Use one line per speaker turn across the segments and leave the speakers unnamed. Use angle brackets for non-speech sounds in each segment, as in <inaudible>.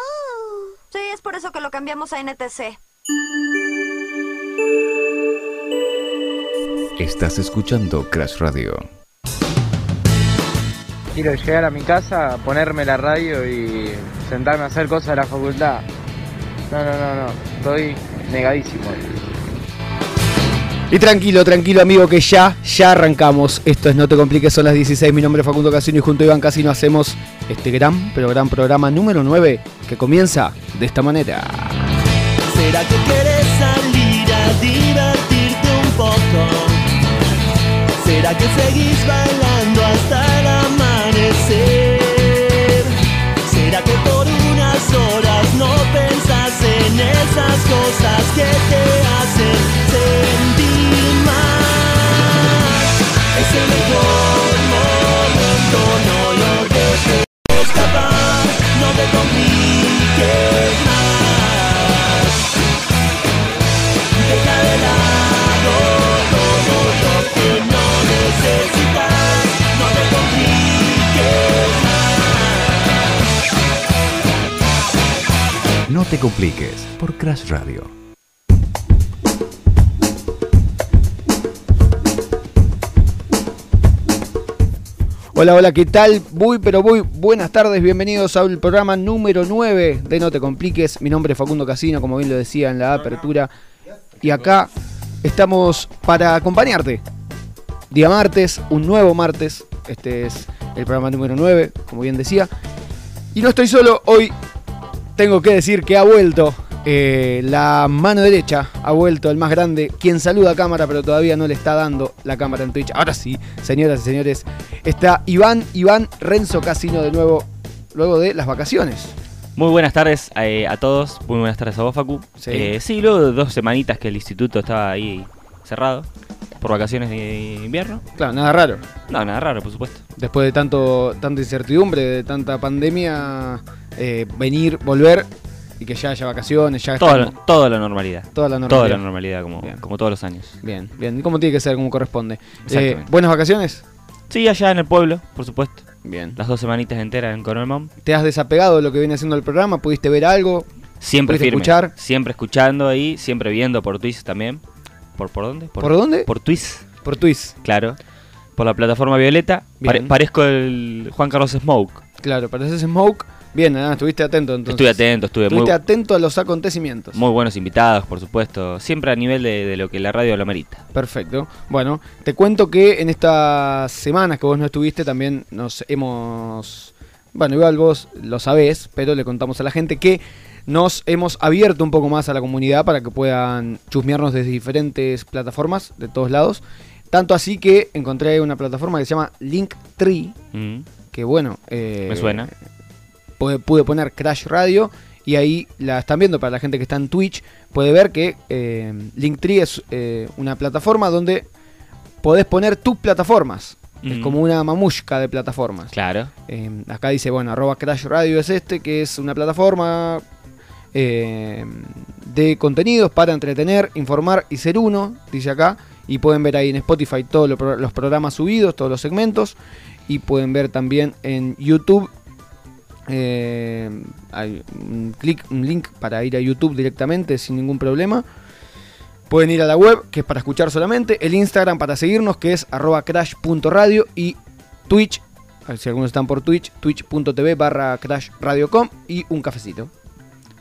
Oh.
Sí, es por eso que lo cambiamos a NTC.
Estás escuchando Crash Radio.
Quiero llegar a mi casa, ponerme la radio y sentarme a hacer cosas de la facultad. No, no, no, no. Estoy negadísimo.
Y tranquilo, tranquilo amigo que ya, ya arrancamos. Esto es No te compliques, son las 16. Mi nombre es Facundo Casino y junto a Iván Casino hacemos este gran, pero gran programa número 9 que comienza de esta manera.
¿Será que quieres salir a divertirte un poco? ¿Será que seguís bailando hasta el amanecer? ¿Será que por unas horas no pensás en esas cosas que te hacen sentir mal? Es el mejor momento, no lo dejes escapar, no te compliques más. Deja de lado todo lo que no necesitas, no te compliques más.
No te compliques por Crash Radio.
Hola, hola, ¿qué tal? Muy, pero muy buenas tardes, bienvenidos al programa número 9 de No Te Compliques. Mi nombre es Facundo Casino, como bien lo decía en la apertura. Y acá estamos para acompañarte. Día martes, un nuevo martes. Este es el programa número 9, como bien decía. Y no estoy solo, hoy tengo que decir que ha vuelto eh, la mano derecha, ha vuelto el más grande, quien saluda a cámara, pero todavía no le está dando la cámara en Twitch. Ahora sí, señoras y señores, está Iván, Iván Renzo Casino de nuevo, luego de las vacaciones.
Muy buenas tardes eh, a todos, muy buenas tardes a vos, Facu.
Sí.
Eh, sí, luego de dos semanitas que el instituto estaba ahí cerrado por vacaciones de invierno.
Claro, nada raro.
No, nada raro, por supuesto.
Después de tanto, tanta incertidumbre, de tanta pandemia, eh, venir, volver y que ya haya vacaciones, ya
Todo,
estamos-
lo- toda la normalidad.
toda la
Toda
normalidad.
la normalidad, como,
Bien.
como todos los años.
Bien, bien, como tiene que ser, como corresponde. Eh,
Exactamente.
¿Buenas vacaciones?
Sí, allá en el pueblo, por supuesto.
Bien.
Las dos semanitas enteras en Coronel Mom.
¿Te has desapegado de lo que viene haciendo el programa? ¿Pudiste ver algo?
Siempre
¿Pudiste
firme.
escuchar?
Siempre escuchando ahí, siempre viendo por Twitch también. ¿Por, por dónde?
¿Por dónde?
Por Twitch,
Por Twitch.
claro. Por la plataforma Violeta.
Bien.
Pare- parezco el Juan Carlos Smoke.
Claro, para ese Smoke. Bien, ah, estuviste atento entonces.
estuve atento, estuve muy,
Estuviste atento a los acontecimientos.
muy buenos invitados, por supuesto. Siempre a nivel de, de lo que la radio lo merita.
Perfecto. Bueno, te cuento que en estas semanas que vos no estuviste también nos hemos... Bueno, igual vos lo sabés, pero le contamos a la gente que nos hemos abierto un poco más a la comunidad para que puedan chusmearnos desde diferentes plataformas, de todos lados. Tanto así que encontré una plataforma que se llama Linktree,
Mm.
que bueno... eh,
Me suena.
pude, pude poner Crash Radio y ahí la están viendo para la gente que está en Twitch. Puede ver que eh, Linktree es eh, una plataforma donde podés poner tus plataformas. Es
Mm.
como una mamushka de plataformas.
Claro.
Eh, acá dice, bueno, arroba Crash Radio es este, que es una plataforma eh, de contenidos para entretener, informar y ser uno, dice acá. Y pueden ver ahí en Spotify todos lo- los programas subidos, todos los segmentos. Y pueden ver también en YouTube. eh, hay un, clic, un link para ir a YouTube directamente sin ningún problema. Pueden ir a la web, que es para escuchar solamente. El Instagram para seguirnos, que es arroba crash.radio. Y Twitch, Ah, si algunos están por Twitch, twitch.tv barra crashradiocom. Y un cafecito.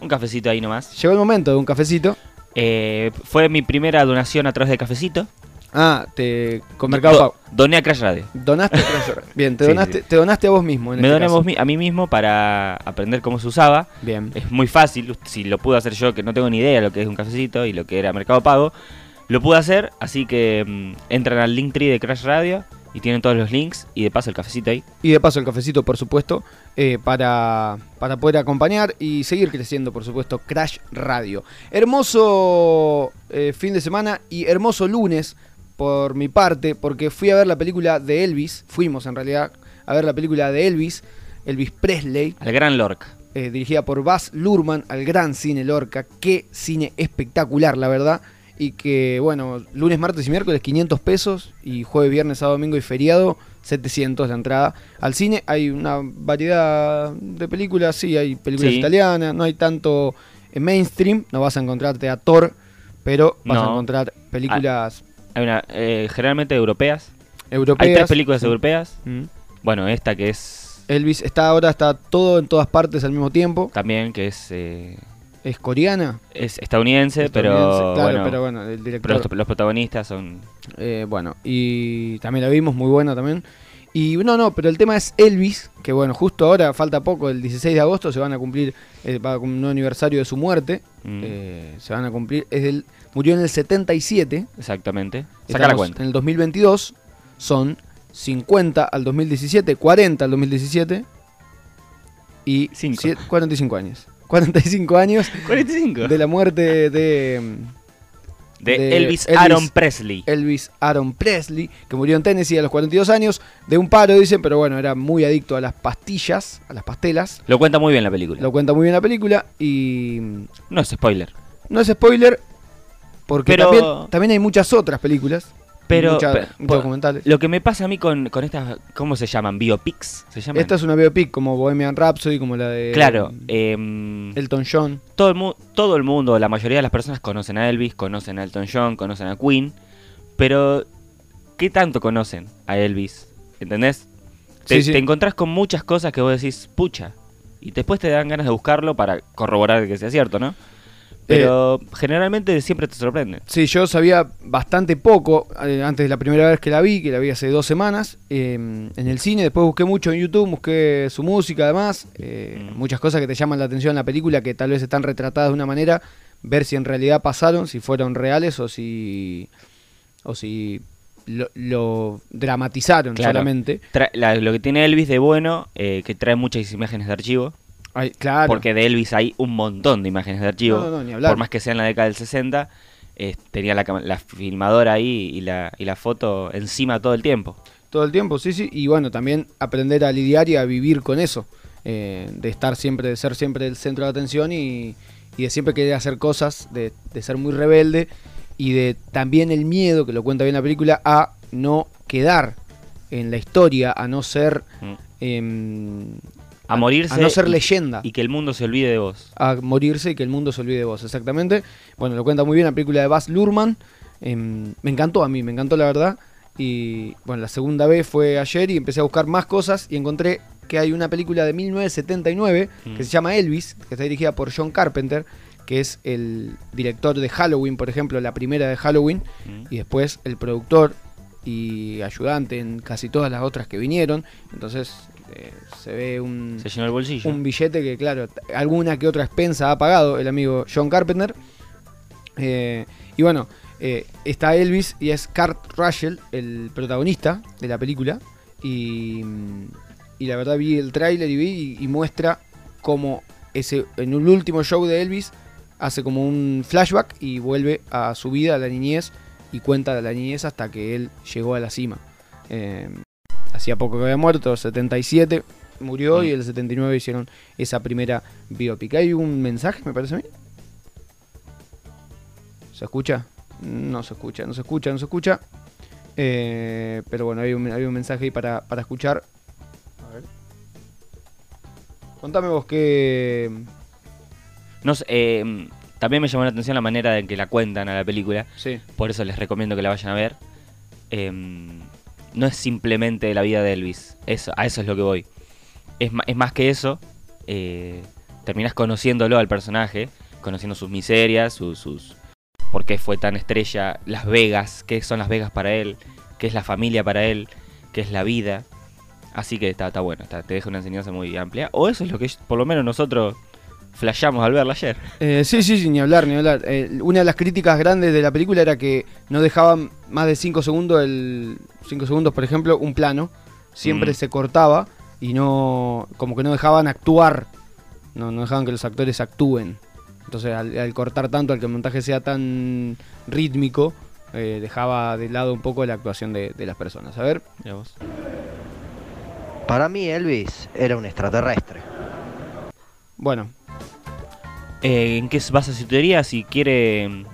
Un cafecito ahí nomás.
Llegó el momento de un cafecito.
Eh, fue mi primera donación a través de cafecito.
Ah, te, con Mercado
Do-
Pago.
Doné a Crash Radio.
Donaste,
<laughs>
Crash. bien, te
Sí,
donaste,
sí.
te donaste a vos mismo. En
Me
este
doné
caso.
vos mi- a mí mismo para aprender cómo se usaba.
Bien.
Es muy fácil, si lo pude hacer yo, que no tengo ni idea lo que es un cafecito y lo que era Mercado Pago, lo pude hacer, así que mm, entran al Linktree de Crash Radio y tienen todos los links y de paso el cafecito ahí.
Y de paso el cafecito, por supuesto, eh, para, para poder acompañar y seguir creciendo, por supuesto, Crash Radio. Hermoso eh, fin de semana y hermoso lunes por mi parte, porque fui a ver la película de Elvis, fuimos en realidad a ver la película de Elvis, Elvis Presley,
Al Gran Lorca.
eh, dirigida por Baz Luhrmann al gran cine Lorca. Qué cine espectacular, la verdad. Y que, bueno, lunes, martes y miércoles 500 pesos y jueves, viernes, sábado, domingo y feriado 700 la entrada al cine. Hay una variedad de películas, sí, hay películas
Sí.
italianas, no hay tanto eh, mainstream, no vas a encontrarte a Thor, pero vas a
No.
encontrar películas
Hay una, eh, generalmente europeas.
europeas.
Hay tres películas europeas.
Mm.
Bueno, esta que es
Elvis está ahora, está todo en todas partes al mismo tiempo.
también, que es, eh,
Es coreana.
es estadounidense,
estadounidense,
pero,
claro,
bueno,
pero bueno, el director.
pero los, los protagonistas son...
Eh, bueno, y también la vimos, muy buena también. Y no, no, pero el tema es Elvis, que bueno, justo ahora falta poco, el 16 de agosto se van a cumplir, eh, va a cum- un aniversario de su muerte,
Mm.
eh, se van a cumplir, es del, murió en el 77,
Exactamente. Saca la
estamos
cuenta.
en el 2022, son 50 al 2017, 40 al 2017 y
Cinco.
siete- 45 años. 45
<laughs>
años
45.
de
De,
la muerte de... mm, de
Elvis,
Elvis- Eh,
Aaron Presley.
Elvis Aaron Presley, que murió en Tennessee a los 42 años, de un paro, dicen, pero bueno, era muy adicto a las pastillas, a las pastelas.
Lo cuenta muy bien la película.
Lo cuenta muy bien la película y mm,
No es spoiler.
no es spoiler, porque
Pero-
también, también hay muchas otras películas,
Pero,
muchas-
pe-
muchos
po-
documentales.
Lo que me pasa a mí con, con estas, ¿cómo se llaman? ¿Biopics? ¿Se llaman?
Esta es eh, una biopic como Bohemian Rhapsody, como la de
Claro, em,
Elton John.
todo, el mu- todo el mundo, la mayoría de las personas conocen a Elvis, conocen a Elton John, conocen a Queen, pero ¿qué tanto conocen a Elvis? ¿Entendés? Te,
Sí, sí.
te encontrás con muchas cosas que vos decís, pucha, y después te dan ganas de buscarlo para corroborar que sea cierto, ¿no? Pero
Eh.
generalmente siempre te sorprende.
Sí, yo sabía bastante poco eh, antes de la primera vez que la vi, que la vi hace dos semanas, eh, en el cine. Después busqué mucho en YouTube, busqué su música, además. eh,
Mm.
Muchas cosas que te llaman la atención en la película que tal vez están retratadas de una manera. Ver si en realidad pasaron, si fueron reales o si. o si lo, lo dramatizaron
Claro.
solamente.
Tra- la- lo que tiene Elvis de bueno, eh, que trae muchas imágenes de archivo,
Ay, claro.
Porque de Elvis hay un montón de imágenes de archivo.
No, no, ni hablar.
Por más que sea en la década del 60, eh, tenía la, cama- la filmadora ahí y la, y la foto encima todo el tiempo.
Todo el tiempo, sí, sí. Y bueno, también aprender a lidiar y a vivir con eso. eh, de estar siempre, de ser siempre el centro de atención y, y de siempre querer hacer cosas, de, de ser muy rebelde y de también el miedo, que lo cuenta bien la película, a no quedar en la historia, a no ser.
Mm.
em,
A, morirse.
A no ser
y-
leyenda
Y que el mundo se olvide de vos.
a morirse y que el mundo se olvide de vos, exactamente. Bueno, lo cuenta muy bien la película de Baz Luhrmann. Em, me encantó a mí, me encantó la verdad. Y bueno, la segunda vez fue ayer y empecé a buscar más cosas y encontré que hay una película de 1979 que
Mm.
se llama Elvis, que está dirigida por John Carpenter, que es el director de Halloween, por ejemplo, la primera de Halloween,
Mm.
y después el productor y ayudante en casi todas las otras que vinieron. Entonces eh, se ve un
Mm. Se llenó el bolsillo.
un billete que, claro, t- alguna que otra expensa ha pagado el amigo John Carpenter. Eh, y bueno, eh, está Elvis y es Kurt Russell, el protagonista de la película. Y, mm, y la verdad vi el tráiler y vi y, y muestra cómo ese, en un último show de Elvis hace como un flashback y vuelve a su vida, a la niñez, y cuenta de la niñez hasta que él llegó a la cima. Eh, hacía poco que había muerto, 77 murió y el 79 hicieron esa primera biopic. ¿Hay un mensaje, me parece a mí? ¿Se escucha? No se escucha, no se escucha, no se escucha. Eh, pero bueno, hay un, hay un mensaje ahí para, para escuchar. A ver. Contame vos qué...
No sé, eh, también me llamó la atención la manera en que la cuentan a la película.
Sí.
Por eso les recomiendo que la vayan a ver. Em, no es simplemente la vida de Elvis. Eso, a eso es lo que voy. Es, ma- es más que eso. eh, terminás conociéndolo al personaje, conociendo sus miserias, sus, sus. por qué fue tan estrella, Las Vegas, qué son Las Vegas para él, qué es la familia para él, qué es la vida. Así que está, está bueno, está- te deja una enseñanza muy amplia. O eso es lo que yo- por lo menos nosotros flashamos al verla ayer.
Eh, sí, sí, sí, ni hablar, ni hablar. Eh, una de las críticas grandes de la película era que no dejaban más de 5 segundos, el 5 segundos, por ejemplo, un plano. Siempre
Mm.
se cortaba y no, como que no dejaban actuar, no, no dejaban que los actores actúen. Entonces, al, al cortar tanto, al que el montaje sea tan rítmico, eh, dejaba de lado un poco la actuación de, de las personas. A ver,
Mirá vos.
Para mí Elvis era un extraterrestre.
bueno,
Eh, ¿En qué se basa su teoría? Si quiere mm,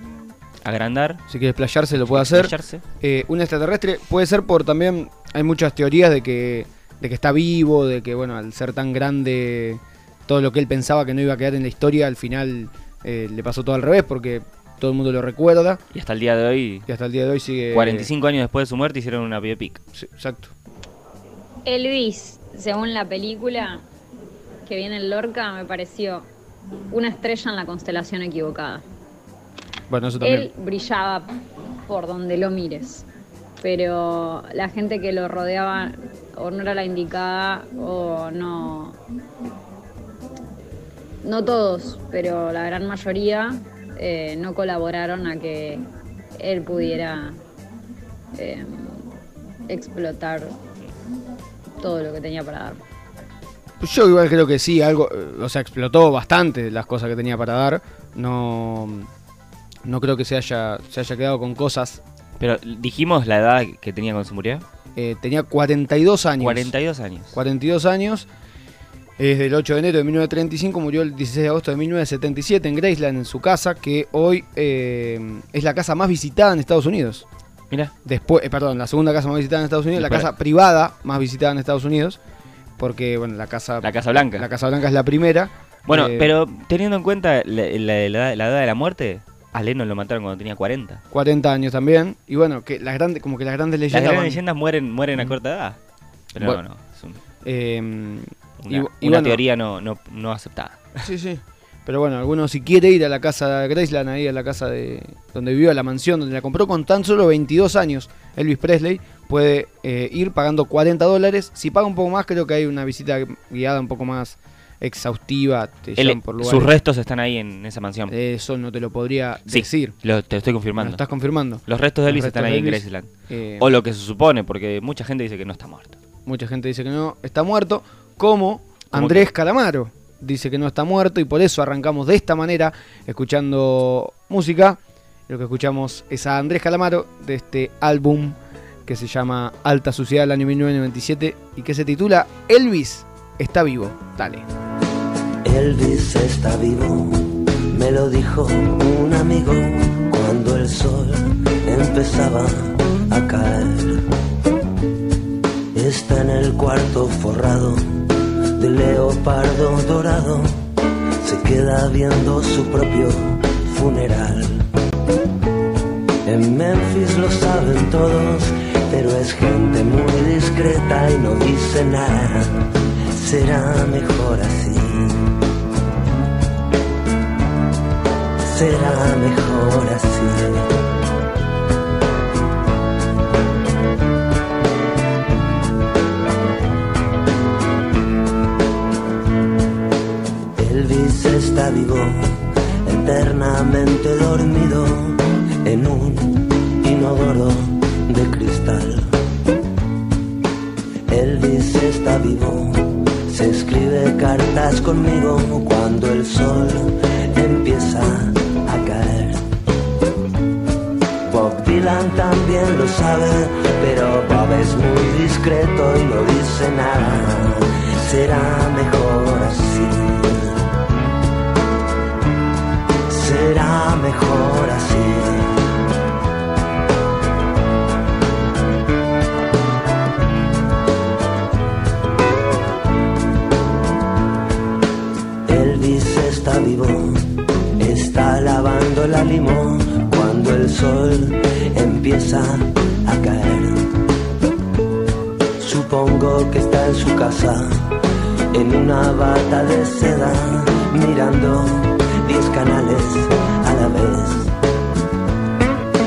agrandar,
si quieres playarse lo puede hacer.
explayarse.
Eh, un extraterrestre puede ser por también hay muchas teorías de que, de que está vivo, de que, bueno, al ser tan grande, todo lo que él pensaba que no iba a quedar en la historia, al final eh, le pasó todo al revés, porque todo el mundo lo recuerda
Y hasta el día de hoy,
y hasta el día de hoy sigue.
45 años después de su muerte, hicieron una biopic.
Sí, exacto.
Elvis, según la película que viene en Lorca, me pareció una estrella en la constelación equivocada.
Bueno, eso también.
Él brillaba por donde lo mires, pero la gente que lo rodeaba o no era la indicada o no... No todos, pero la gran mayoría eh, no colaboraron a que él pudiera eh, explotar todo lo que tenía para dar.
Pues Yo igual creo que sí, algo, eh, o sea, explotó bastante las cosas que tenía para dar. No, no creo que se haya, se haya quedado con cosas.
Pero dijimos la edad que tenía cuando se murió.
Eh, tenía 42 años.
42 años.
42 años. Es del 8 de enero de 1935, murió el 16 de agosto de 1977 en Graceland, en su casa, que hoy eh, es la casa más visitada en Estados Unidos.
Mira,
Después, eh, perdón, la segunda casa más visitada en Estados Unidos, la
Espera.
casa privada más visitada en Estados Unidos, porque, bueno, la casa,
la Casa Blanca.
ah, la casa Blanca es la primera.
Bueno,
Eh,
pero teniendo en cuenta la, la- la- la edad de la muerte, a Lennon lo mataron cuando tenía 40.
40 años también. Y bueno, que las grandes, como que las grandes
Las
leyendas.
grandes
van- Mm.
leyendas mueren, mueren a corta edad. Pero
Bueno.
no, no. Es un-
Eh,
una,
y bu- y
una
bueno.
teoría no, no, no aceptada.
sí, sí. Pero bueno, alguno si quiere ir a la casa de Graceland, ahí a la casa de donde vivió, a la mansión, donde la compró con tan solo 22 años, Elvis Presley, puede eh, ir pagando 40 dólares. Si paga un poco más, creo que hay una visita guiada un poco más exhaustiva. Te
Él-
llevan por lugares.
sus restos están ahí en esa mansión.
Eso no te lo podría
sí,
decir.
lo- te lo
Me
estoy
lo
confirmando.
estás confirmando.
Los restos de
Los
Elvis
restos
están ahí
de
en
Elvis.
Graceland.
Eh,
O lo que se supone, porque mucha gente dice que no está muerto.
Mucha gente dice que no está muerto, como
¿Cómo
Andrés Calamaro dice que no está muerto y por eso arrancamos de esta manera escuchando música. Lo que escuchamos es a Andrés Calamaro de este álbum que se llama Alta Suciedad del año 1997 y que se titula Elvis está vivo. Dale.
Elvis está vivo, me lo dijo un amigo cuando el sol empezaba a caer. Está en el cuarto forrado de leopardo dorado, se queda viendo su propio funeral. En Memphis lo saben todos, pero es gente muy discreta y no dice nada. Será mejor así. será mejor así. Elvis está vivo, eternamente dormido en un inodoro de cristal. Elvis está vivo, se escribe cartas conmigo cuando el sol empieza a caer. Bob Dylan también lo sabe, pero Bob es muy discreto y no dice nada. Será mejor así. Será mejor así. Elvis está vivo, está lavando la limón cuando el sol empieza a caer. Supongo que está en su casa, en una bata de seda, mirando diez canales a la vez.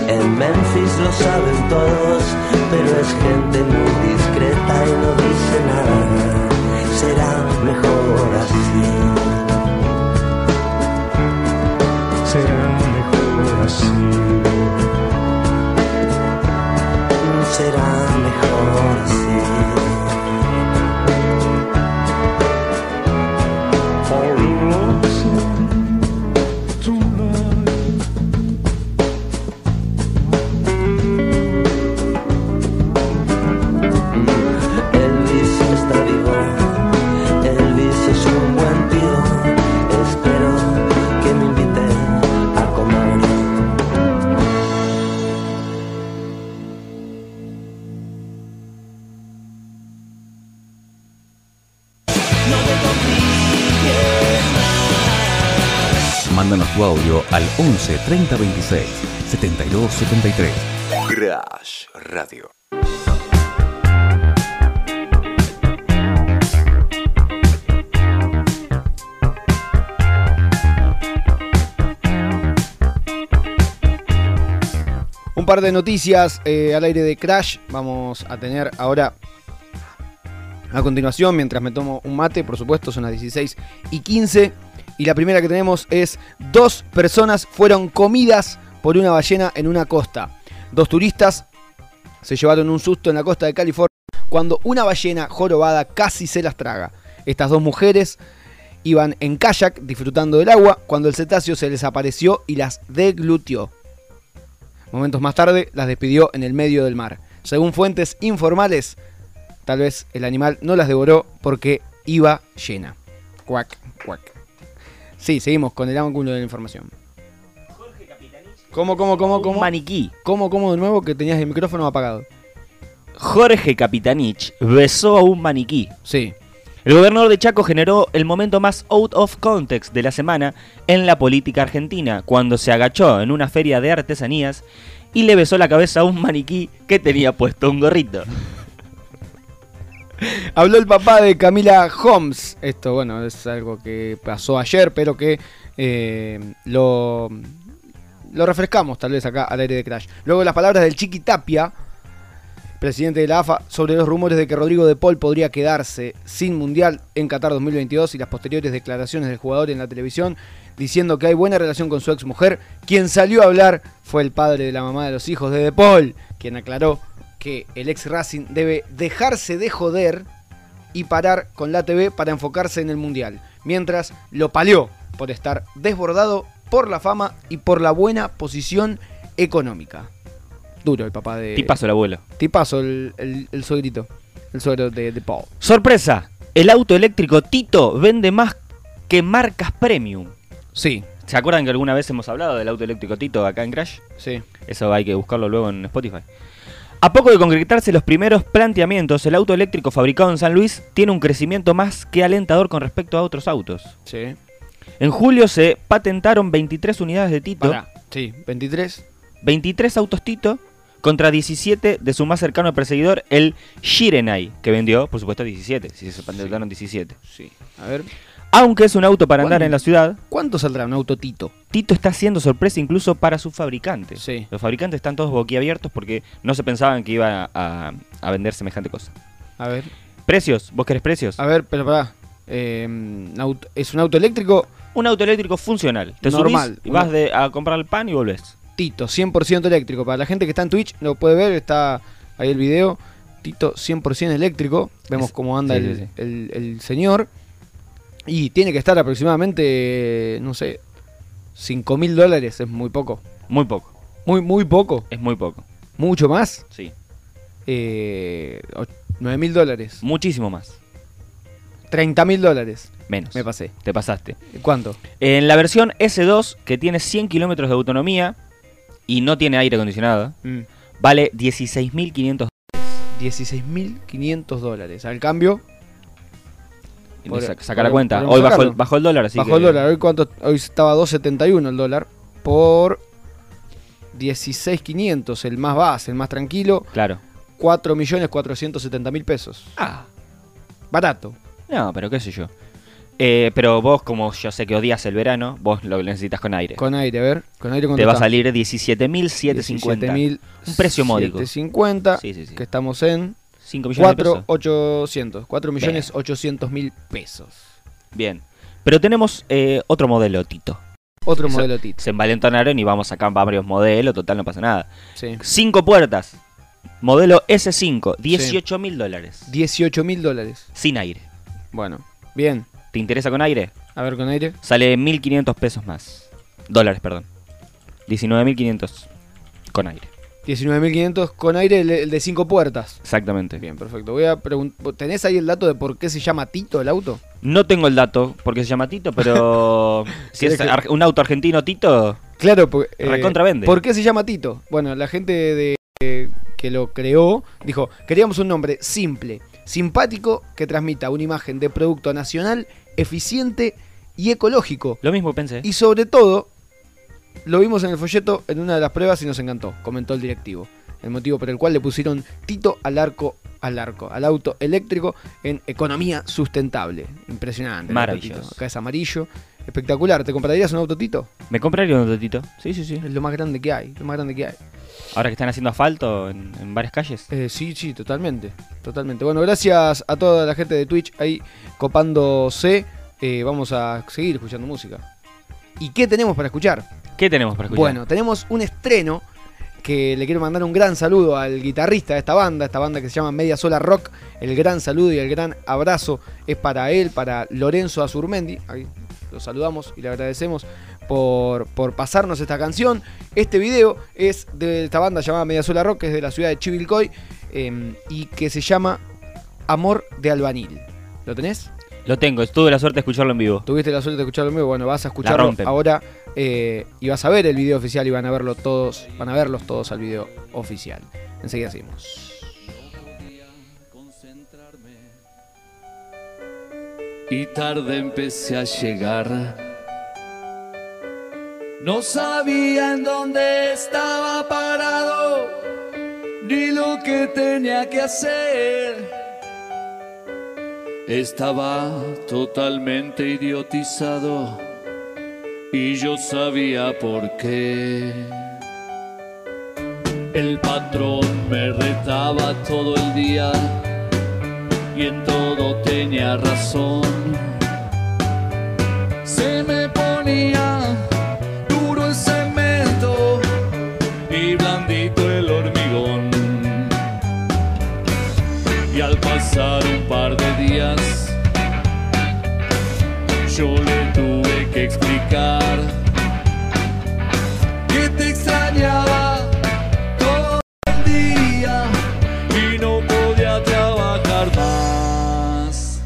En Memphis lo saben todos, pero es gente muy discreta y no dice nada. Será mejor así.
será mejor así.
será mejor así.
Fall in love tonight.
Elvis está vivo, Elvis es un buen tío,
Mándanos tu audio al 11 30 26 72 73. Crash Radio.
Un par de noticias eh, al aire de Crash. Vamos a tener ahora. A continuación, mientras me tomo un mate, por supuesto, son las 16 y 15. Y la primera que tenemos es: dos personas fueron comidas por una ballena en una costa. Dos turistas se llevaron un susto en la costa de California cuando una ballena jorobada casi se las traga. Estas dos mujeres iban en kayak disfrutando del agua cuando el cetáceo se les apareció y las deglutió. Momentos más tarde las despidió en el medio del mar. Según fuentes informales, tal vez el animal no las devoró porque iba llena. Cuac, cuac. Sí, seguimos con el ángulo de la información. ¿Cómo, cómo, cómo,
Un
cómo?
maniquí.
¿Cómo, cómo de nuevo que tenías el micrófono apagado?
Jorge Capitanich besó a un maniquí.
Sí.
El gobernador de Chaco generó el momento más out of context de la semana en la política argentina, cuando se agachó en una feria de artesanías y le besó la cabeza a un maniquí que tenía puesto un <laughs> gorrito.
Habló el papá de Camila Holmes. Esto, bueno, es algo que pasó ayer, pero que eh, lo, lo refrescamos tal vez acá al aire de Crash. Luego las palabras del Chiqui Tapia, presidente de la AFA, sobre los rumores de que Rodrigo de Paul podría quedarse sin Mundial en Qatar 2022 y las posteriores declaraciones del jugador en la televisión diciendo que hay buena relación con su ex mujer. Quien salió a hablar fue el padre de la mamá de los hijos de de Paul, quien aclaró que el ex Racing debe dejarse de joder y parar con la TV para enfocarse en el Mundial, mientras lo palió por estar desbordado por la fama y por la buena posición económica. Duro el papá de...
Tipazo el abuelo.
Tipazo el, el, el suegrito. El suegro de, de Paul.
Sorpresa, el auto eléctrico Tito vende más que marcas premium.
Sí,
¿Se acuerdan que alguna vez hemos hablado del auto eléctrico Tito acá en Crash?
sí.
Eso hay que buscarlo luego en Spotify. A poco de concretarse los primeros planteamientos, el auto eléctrico fabricado en San Luis tiene un crecimiento más que alentador con respecto a otros autos.
Sí.
En julio se patentaron 23 unidades de Tito,
Pará. Sí, 23.
23 autos Tito contra 17 de su más cercano perseguidor, el Shirenai, que vendió, por supuesto, 17, si se patentaron 17.
Sí. A ver.
Aunque es un auto para andar
¿Cuándo?
en la ciudad,
¿Cuánto saldrá un autotito?
Tito está haciendo sorpresa incluso para sus fabricantes.
Sí.
Los fabricantes están todos boquiabiertos porque no se pensaban que iba a, a vender semejante cosa.
A ver.
Precios, ¿vos querés precios?
A ver, pero pará. Eh, un auto- ¿Es un auto eléctrico?
Un auto eléctrico funcional. Te
Normal.
subís y vas de- a comprar el pan y volvés.
Tito, 100% eléctrico. Para la gente que está en Twitch, lo puede ver, está ahí el video. Tito, 100% eléctrico. Vemos
Es-
cómo anda
sí,
el,
sí, sí.
el- el señor. Y tiene que estar aproximadamente, no sé, 5 mil dólares. Es muy poco.
Muy poco,
Muy, muy poco.
es muy poco.
Mucho más.
Sí,
Eh, 9 mil dólares.
muchísimo más.
30 mil dólares.
Menos.
Me pasé.
Te pasaste.
¿Cuánto?
En la versión S2, que tiene 100 kilómetros de autonomía y no tiene aire acondicionado, vale 16.500
16.500 dólares. Al cambio, Por-
Saca la
podemos-
cuenta.
podemos
Hoy bajó el,
sacarlo.
bajó el dólar, así
bajó
que-
el dólar. Hoy, cuánto, hoy estaba 2.71 el dólar por 16.500, el más base, el más tranquilo.
Claro.
4.470.000 pesos. Barato.
No, pero qué sé yo. Eh, pero vos, como yo sé que odias el verano, vos lo necesitas con aire.
Con aire, a ver. Con aire
Te va a salir 17.750. Un precio módico.
750,
Sí, sí, sí.
que estamos en
5 millones de
4.800.000
pesos.
4 millones 800 mil pesos.
Bien. Pero tenemos eh, otro modelo, Tito.
Otro
Eso-
modelo Tito.
Se envalentonaron y vamos a sacar varios modelos, total, no pasa nada.
Sí.
5 puertas. Modelo S5, 18.000 dólares.
18 mil dólares.
Sin aire.
Bueno, bien.
¿Te interesa con aire?
A ver con aire.
Sale 1.500 pesos más. Dólares, perdón. 19.500 con aire.
19.500 con aire, el, el de 5 puertas.
Exactamente.
Bien, perfecto. Voy a preguntar. ¿Tenés ahí el dato de por qué se llama Tito el auto?
No tengo el dato porque se llama Tito,
<laughs>
pero si es
¿Querés que-
ar- un auto argentino Tito,
Claro, porque.
Recontravende.
¿Por qué se llama Tito? Bueno, la gente de, eh, que lo creó dijo: queríamos un nombre simple, simpático, que transmita una imagen de producto nacional, eficiente y ecológico.
Lo mismo pensé.
Y sobre todo, lo vimos en el folleto en una de las pruebas y nos encantó, comentó el directivo. El motivo por el cual le pusieron Tito al arco, al arco, al auto eléctrico en economía sustentable. Impresionante. el auto
Maravilloso.
Tito. Acá es amarillo. Espectacular. ¿Te comprarías un auto Tito?
¿Me compraría un totito? Sí, sí, sí.
Es lo más grande que hay, lo más grande que hay.
Ahora que están haciendo asfalto en, en varias calles.
Eh, sí, sí, totalmente, totalmente. Bueno, gracias a toda la gente de Twitch ahí copándose. Eh, vamos a seguir escuchando música. ¿Y qué tenemos para escuchar?
¿Qué tenemos para escuchar?
Bueno, tenemos un estreno que le quiero mandar un gran saludo al guitarrista de esta banda, esta banda que se llama Media Sola Rock. El gran saludo y el gran abrazo es para él, para Lorenzo Azurmendi. Ahí lo saludamos y le agradecemos por, por pasarnos esta canción. Este video es de esta banda llamada Media Sola Rock, que es de la ciudad de Chivilcoy eh, y que se llama Amor de Albanil. ¿Lo tenés?
Lo tengo, tuve la suerte de escucharlo en vivo.
Tuviste la suerte de escucharlo mío, bueno, vas a
La
escucharlo
rompen.
ahora eh, y vas a ver el video oficial y van a verlo todos, van a verlos todos al video oficial. Enseguida seguimos.
y tarde empecé a llegar. No sabía en dónde estaba parado, ni lo que tenía que hacer. Estaba totalmente idiotizado y yo sabía por qué. El patrón me retaba todo el día y en todo tenía razón. Se me ponía duro el cemento y blandito el hormigón. Y al pasar un par de días, yo le tuve que explicar que te extrañaba todo el día y no podía trabajar más.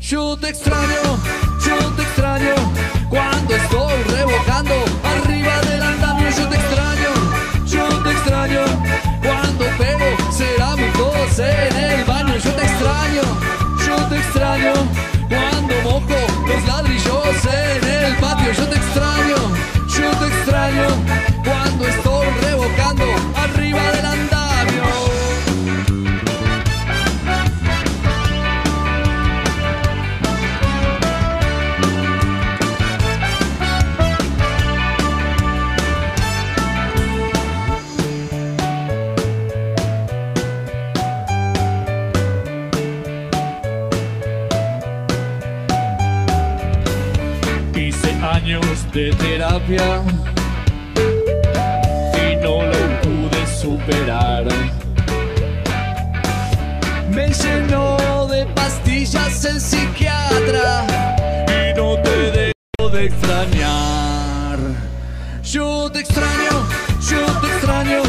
Yo te extraño, yo te extraño, cuando estoy rebocando arriba del andamio, yo te extraño, yo te extraño, cuando pego será mi tos en el baño, yo te extraño, yo te extraño, cuando mojo los ladrillos en el patio, yo te extraño, yo te extraño, cuando estoy rebocando arriba del andamio. Hice años de terapia y no lo pude superar. Me llenó de pastillas el psiquiatra y no te dejo de extrañar. Yo te extraño, yo te extraño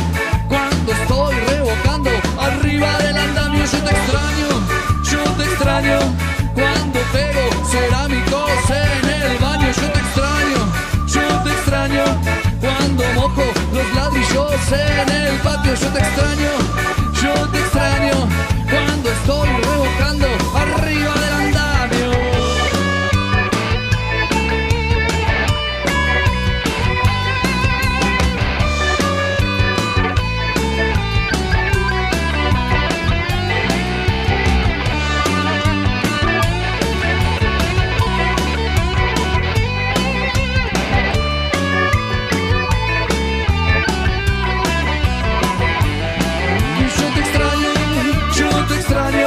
cuando estoy revocando arriba del andamio. Yo te extraño, yo te extraño cuando pego cerámicos en el baño. Yo te extraño, yo te extraño cuando mojo los ladrillos en el patio. Yo te extraño, yo te extraño cuando estoy revocando arriba del andamio. Yo te extraño, yo te extraño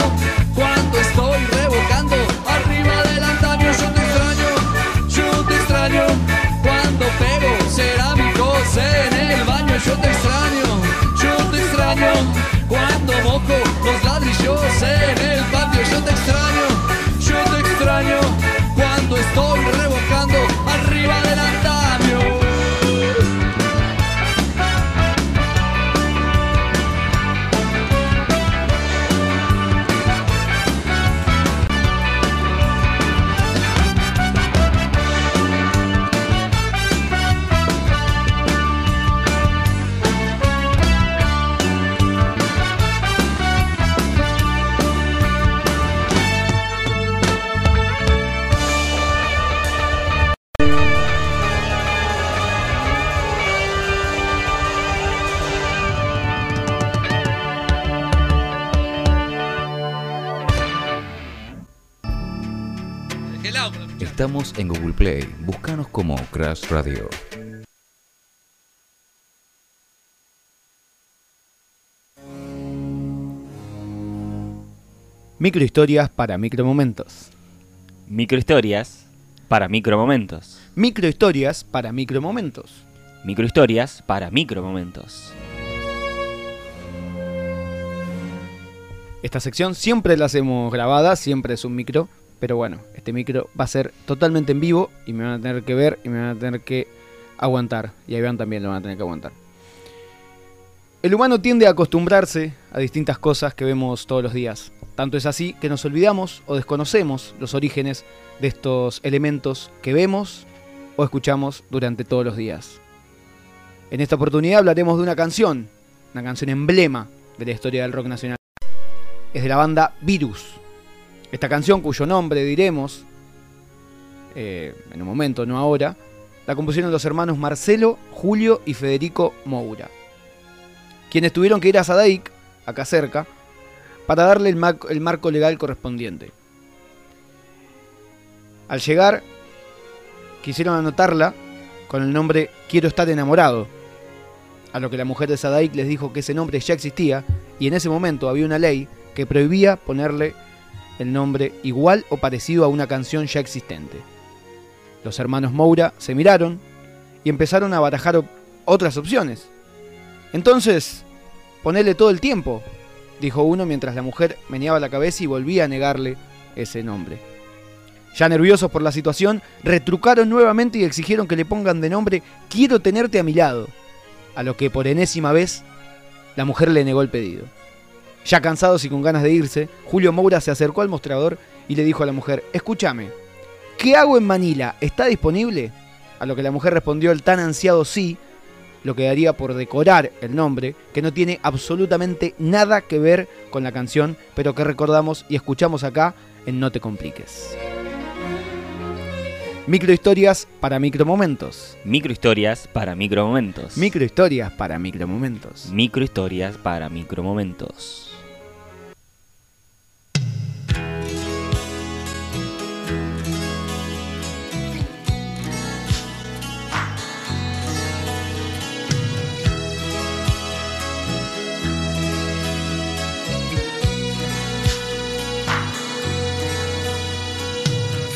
cuando estoy revocando arriba del andamio. Yo te extraño, yo te extraño cuando pego cerámicos en el baño. Yo te extraño, yo te extraño cuando mojo los ladrillos en el patio. Yo te extraño, yo te extraño cuando estoy revocando arriba del andamio.
Estamos en Google Play. Búscanos como Crash Radio.
Microhistorias para micromomentos.
Microhistorias para micromomentos.
Microhistorias para micromomentos.
Microhistorias para micromomentos.
Esta sección siempre la hacemos grabada, siempre es un micro, pero bueno, este micro va a ser totalmente en vivo y me van a tener que ver y me van a tener que aguantar. Y a Iván también lo van a tener que aguantar. El humano tiende a acostumbrarse a distintas cosas que vemos todos los días. Tanto es así que nos olvidamos o desconocemos los orígenes de estos elementos que vemos o escuchamos durante todos los días. En esta oportunidad hablaremos de una canción, una canción emblema de la historia del rock nacional. Es de la banda Virus. Esta canción, cuyo nombre diremos eh, en un momento, no ahora, la compusieron los hermanos Marcelo, Julio y Federico Moura, quienes tuvieron que ir a Sadaic, acá cerca, para darle el, mar- el marco legal correspondiente. Al llegar, quisieron anotarla con el nombre Quiero estar enamorado, a lo que la mujer de Sadaik les dijo que ese nombre ya existía y en ese momento había una ley que prohibía ponerle el nombre igual o parecido a una canción ya existente. Los hermanos Moura se miraron y empezaron a barajar op- otras opciones. Entonces, ponele todo el tiempo, dijo uno mientras la mujer meneaba la cabeza y volvía a negarle ese nombre. Ya nerviosos por la situación, retrucaron nuevamente y exigieron que le pongan de nombre Quiero tenerte a mi lado, a lo que por enésima vez la mujer le negó el pedido. Ya cansados y con ganas de irse, Julio Moura se acercó al mostrador y le dijo a la mujer, escúchame, ¿qué hago en Manila? ¿Está disponible? A lo que la mujer respondió el tan ansiado sí, lo que daría por decorar el nombre, que no tiene absolutamente nada que ver con la canción, pero que recordamos y escuchamos acá en No te compliques. Microhistorias para micromomentos.
Microhistorias para micromomentos.
Microhistorias para micromomentos.
Microhistorias para micromomentos.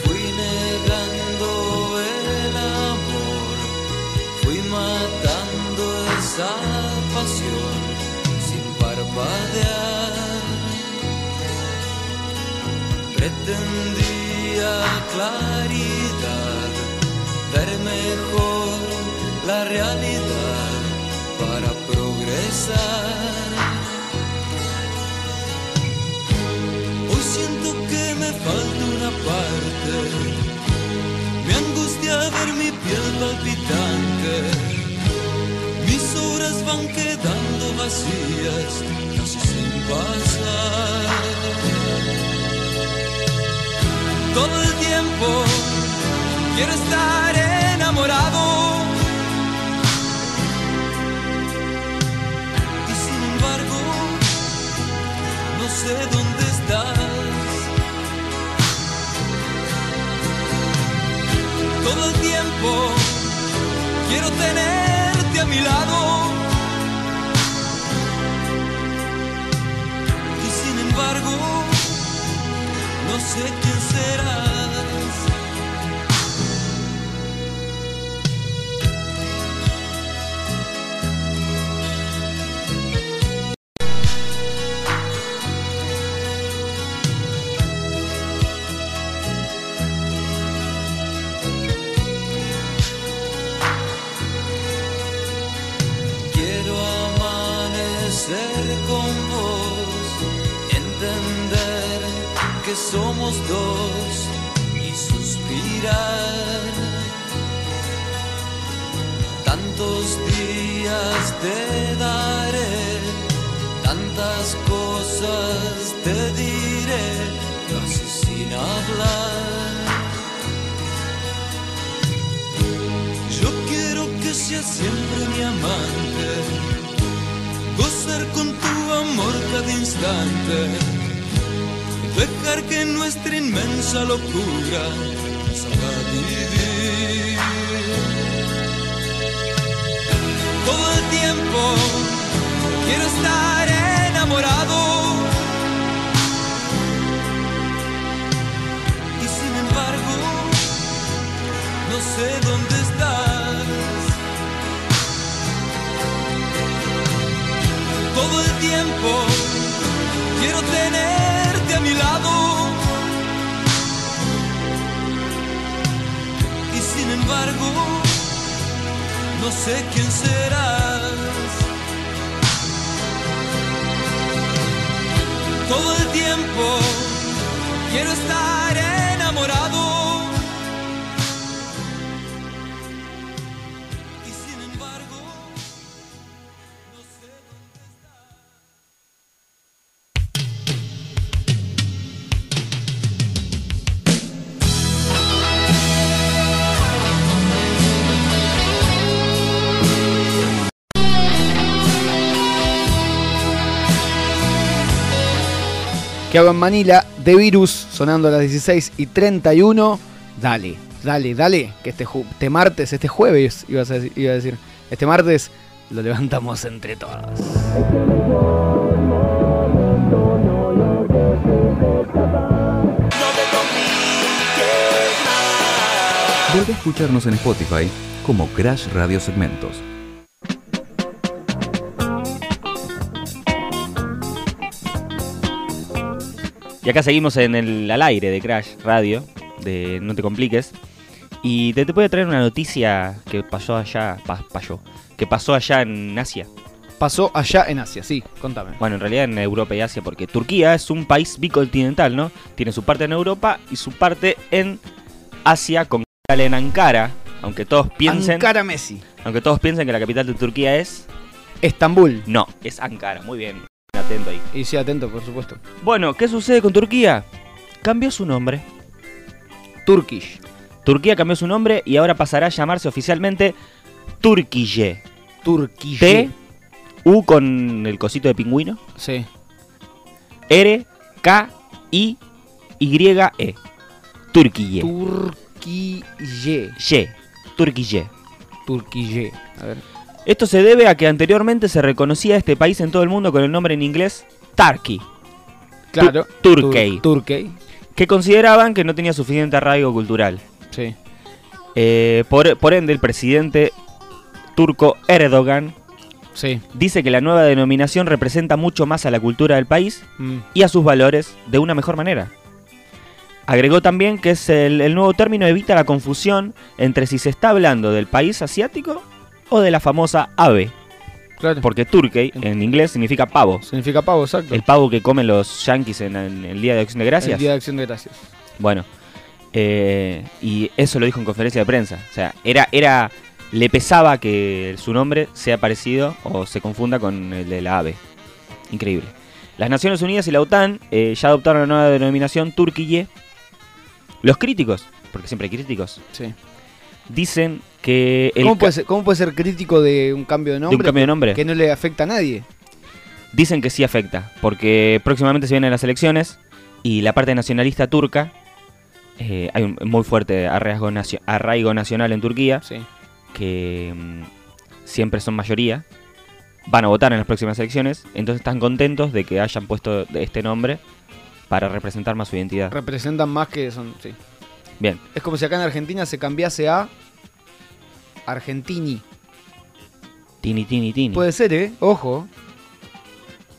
Fui negando el amor, fui matando esa pasión sin parpadear. Pretendía claridad, ver mejor la realidad para progresar. Hoy siento que me falta una parte. Me angustia ver mi piel palpitante. Mis horas van quedando vacías, casi sin pasar. Todo el tiempo quiero estar enamorado. Y sin embargo, no sé dónde estás. Todo el tiempo quiero tenerte a mi lado. Y sin embargo, no sé quién serás. Quiero amanecer con vos, entender que somos dos y suspirar. Tantos días te daré, tantas cosas te diré, casi sin hablar. Yo quiero que seas siempre mi amante, gozar con tu amor cada instante, dejar que nuestra inmensa locura
para vivir. Todo el tiempo quiero estar enamorado. Y sin embargo, no sé dónde estás. Todo el tiempo quiero tenerte a mi lado. y sin embargo no sé quién serás. Todo el tiempo quiero estar enamorado. Y sin embargo no sé dónde estás.
que hago en Manila, de Virus, sonando a las 16 y 31. Dale, dale, dale, que este, ju- este martes, este jueves, ibas a deci- iba a decir, este martes lo levantamos entre todos.
Vuelve a escucharnos en Spotify como Crash Radio Segmentos.
Y acá seguimos en el al aire de Crash Radio, de No te compliques. Y te, te voy a traer una noticia que pasó allá, pa- pasó, que pasó allá en Asia.
Pasó allá en Asia, sí, contame.
Bueno, en realidad en Europa y Asia, porque Turquía es un país bicontinental, ¿no? Tiene su parte en Europa y su parte en Asia, con capital en Ankara. Aunque todos piensen,
Ankara Messi.
aunque todos piensen que la capital de Turquía es,
Estambul.
no, es Ankara. Muy bien, atento ahí.
Y sí, atento, por supuesto.
Bueno, ¿qué sucede con Turquía? Cambió su nombre.
Turkish.
Turquía cambió su nombre y ahora pasará a llamarse oficialmente Turquille.
Turquille.
T, U con el cosito de pingüino,
Sí.
R, K, I, Y, E. Turquille.
Turquille.
Ye, Turquille.
Turquille. A ver.
Esto se debe a que anteriormente se reconocía este país en todo el mundo con el nombre en inglés Tarki,
Claro.
Tur- Turkey.
Tur- Turkey.
que consideraban que no tenía suficiente arraigo cultural.
Sí.
Eh, por, por ende, el presidente turco Erdogan
Sí.
dice que la nueva denominación representa mucho más a la cultura del país
Mm.
y a sus valores de una mejor manera. Agregó también que es el, el nuevo término evita la confusión entre si se está hablando del país asiático o de la famosa ave,
Claro.
porque turkey en inglés significa pavo.
Significa pavo, exacto.
El pavo que comen los yanquis en, en el Día de Acción de Gracias.
El Día de Acción de Gracias.
Bueno, eh, y eso lo dijo en conferencia de prensa. O sea, era, era, le pesaba que su nombre sea parecido o se confunda con el de la ave. Increíble. Las Naciones Unidas y la OTAN eh, ya adoptaron la nueva denominación Turquille. Los críticos, porque siempre hay críticos,
Sí.
dicen que el
¿Cómo,
ca-
puede ser, cómo puede ser crítico de un cambio de
de
nombre?
un cambio de nombre
Que no le afecta a nadie.
dicen que sí afecta, porque próximamente se vienen las elecciones y la parte nacionalista turca, eh, hay un muy fuerte arraigo, nacio- arraigo nacional en Turquía,
Sí.
que mm, siempre son mayoría, van a votar en las próximas elecciones, entonces están contentos de que hayan puesto de este nombre para representar más su identidad.
Representan más que son. Sí.
Bien,
Es como si acá en Argentina se cambiase a Argentini.
Tini Tini Tini.
Puede ser, ¿eh? Ojo.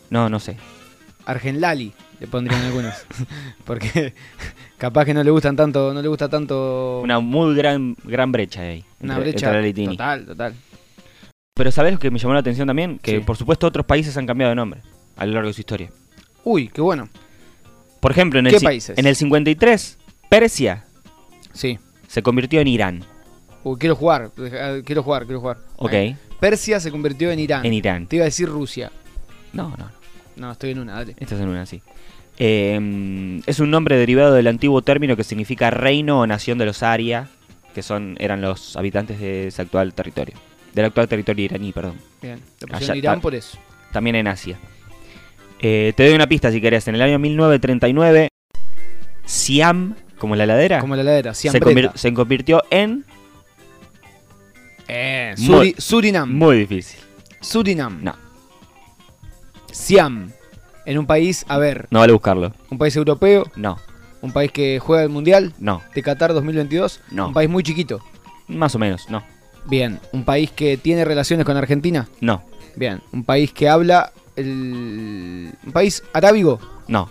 No, no sé.
Argenlali, le pondrían
<laughs>
algunos. Porque capaz que no le gustan tanto, no le gusta tanto
Una muy gran, gran brecha ahí.
una
entre-
brecha.
entre Lali y Tini.
Total, total.
Pero ¿sabes lo que me llamó la atención también? Que
Sí.
por supuesto otros países han cambiado de nombre a lo largo de su historia.
Uy, qué bueno.
Por ejemplo, en
¿Qué
el, ci-
países?
en el 53, Persia
Sí.
se convirtió en Irán.
Uy, quiero jugar, eh, quiero jugar, quiero jugar.
Ok.
Ahí. Persia se convirtió en Irán.
En Irán.
Te iba a decir Rusia.
No, no, no.
Ah. No, estoy en una, dale.
Esta es en una así. Eh, es un nombre derivado del antiguo término que significa reino o nación de los Aria, que son eran los habitantes de ese actual territorio. Del actual territorio iraní, perdón.
Bien. Te
Allá
pusieron Irán
está.
por eso.
También en Asia. Eh, te doy una pista si querés. En el año 1939, Siam como la heladera,
<laughs> Como la heladera,
se,
siempre.
convir- se convirtió en
Eh,
Muy-
Suri- Surinam.
muy difícil.
Surinam.
No.
Siam. En un país, a ver,
No vale buscarlo.
un país europeo,
No,
un país que juega el Mundial
no,
de Qatar 2022.
No.
Un país muy chiquito.
más o menos, no,
Bien. Un país que tiene relaciones con Argentina.
no,
Bien. Un país que habla el... Un país arábigo.
no.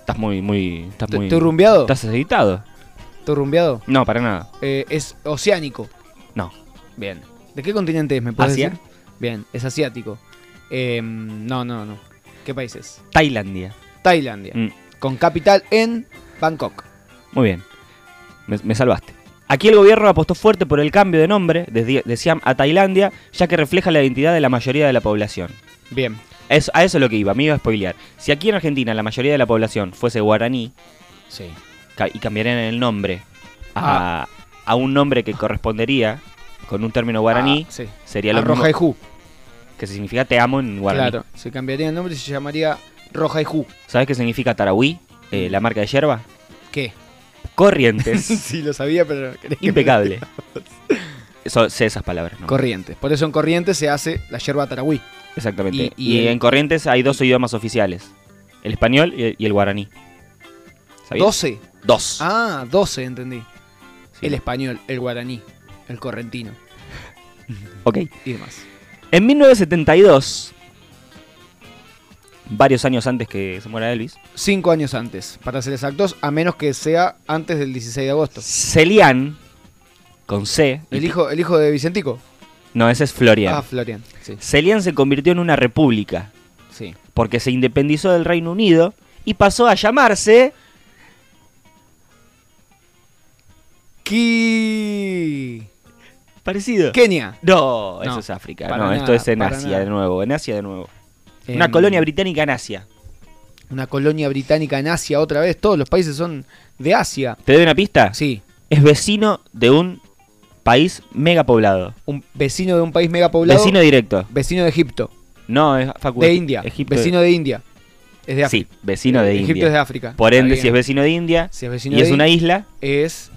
Estás muy, muy, estás
¿Te-
muy.
¿Estoy rumbeado?
¿Estás editado?
¿Estoy rumbeado?
No, para nada.
Eh, es oceánico.
No,
Bien. ¿De qué continente es? ¿Me puedes
Asia.
decir? Bien. Es asiático. Em, no, no, no. ¿Qué país es?
Tailandia.
Tailandia.
Mm,
Con capital en Bangkok.
muy bien, me, me salvaste. Aquí el gobierno apostó fuerte por el cambio de nombre desde- de Siam a Tailandia, ya que refleja la identidad de la mayoría de la población.
Bien.
Es- a eso es lo que iba, me iba a spoilear. Si aquí en Argentina la mayoría de la población fuese guaraní
Sí.
ca- y cambiarían el nombre a,
Ah.
a un nombre que correspondería con un término guaraní,
Ah, sí.
sería lo mismo
Arrojaijú.
que significa te amo en guaraní.
Claro, se cambiaría el nombre y se llamaría Rojaiju.
¿Sabes qué significa Tarahui, eh, la marca de yerba?
¿Qué?
Corrientes.
<laughs> sí, lo sabía, pero creí que-
Impecable. Eso, sé esas palabras, ¿no?
Corrientes. Por eso en Corrientes se hace la yerba tarahui.
Exactamente.
Y- y
Y,
el-
en Corrientes hay dos idiomas oficiales. El español y y el guaraní. ¿Sabías?
12.
Dos.
Ah, 12, entendí.
Sí.
El español, el guaraní, el correntino
Ok.
y demás.
En 1972, varios años antes que se muera Elvis,
Cinco años antes, para ser exactos, a menos que sea antes del 16 de agosto.
Celian, con C, y-
El hijo, el hijo de Vicentico.
no, ese es Florian.
Ah, Florian. Sí.
Celian se convirtió en una república
sí.
porque se independizó del Reino Unido y pasó a llamarse
Ki-
parecido.
Kenia.
No, eso
No,
es África.
para
No, esto
nada,
es en
para
Asia
nada.
de nuevo, en Asia de nuevo.
Em,
Una colonia británica en Asia.
Una colonia británica en Asia otra vez. Todos los países son de Asia.
¿Te doy una pista?
Sí.
Es vecino de un país megapoblado.
un vecino de un país megapoblado.
Vecino directo.
Vecino de Egipto,
No, es Facu,
de
Egi-
India.
Egipto-
Vecino de India. Es de
Sí,
África.
vecino de
Egipto
India.
es de África.
Por
Está
ende,
bien.
si es vecino de India
Si es
y
vecino
es
de
una
India,
isla,
es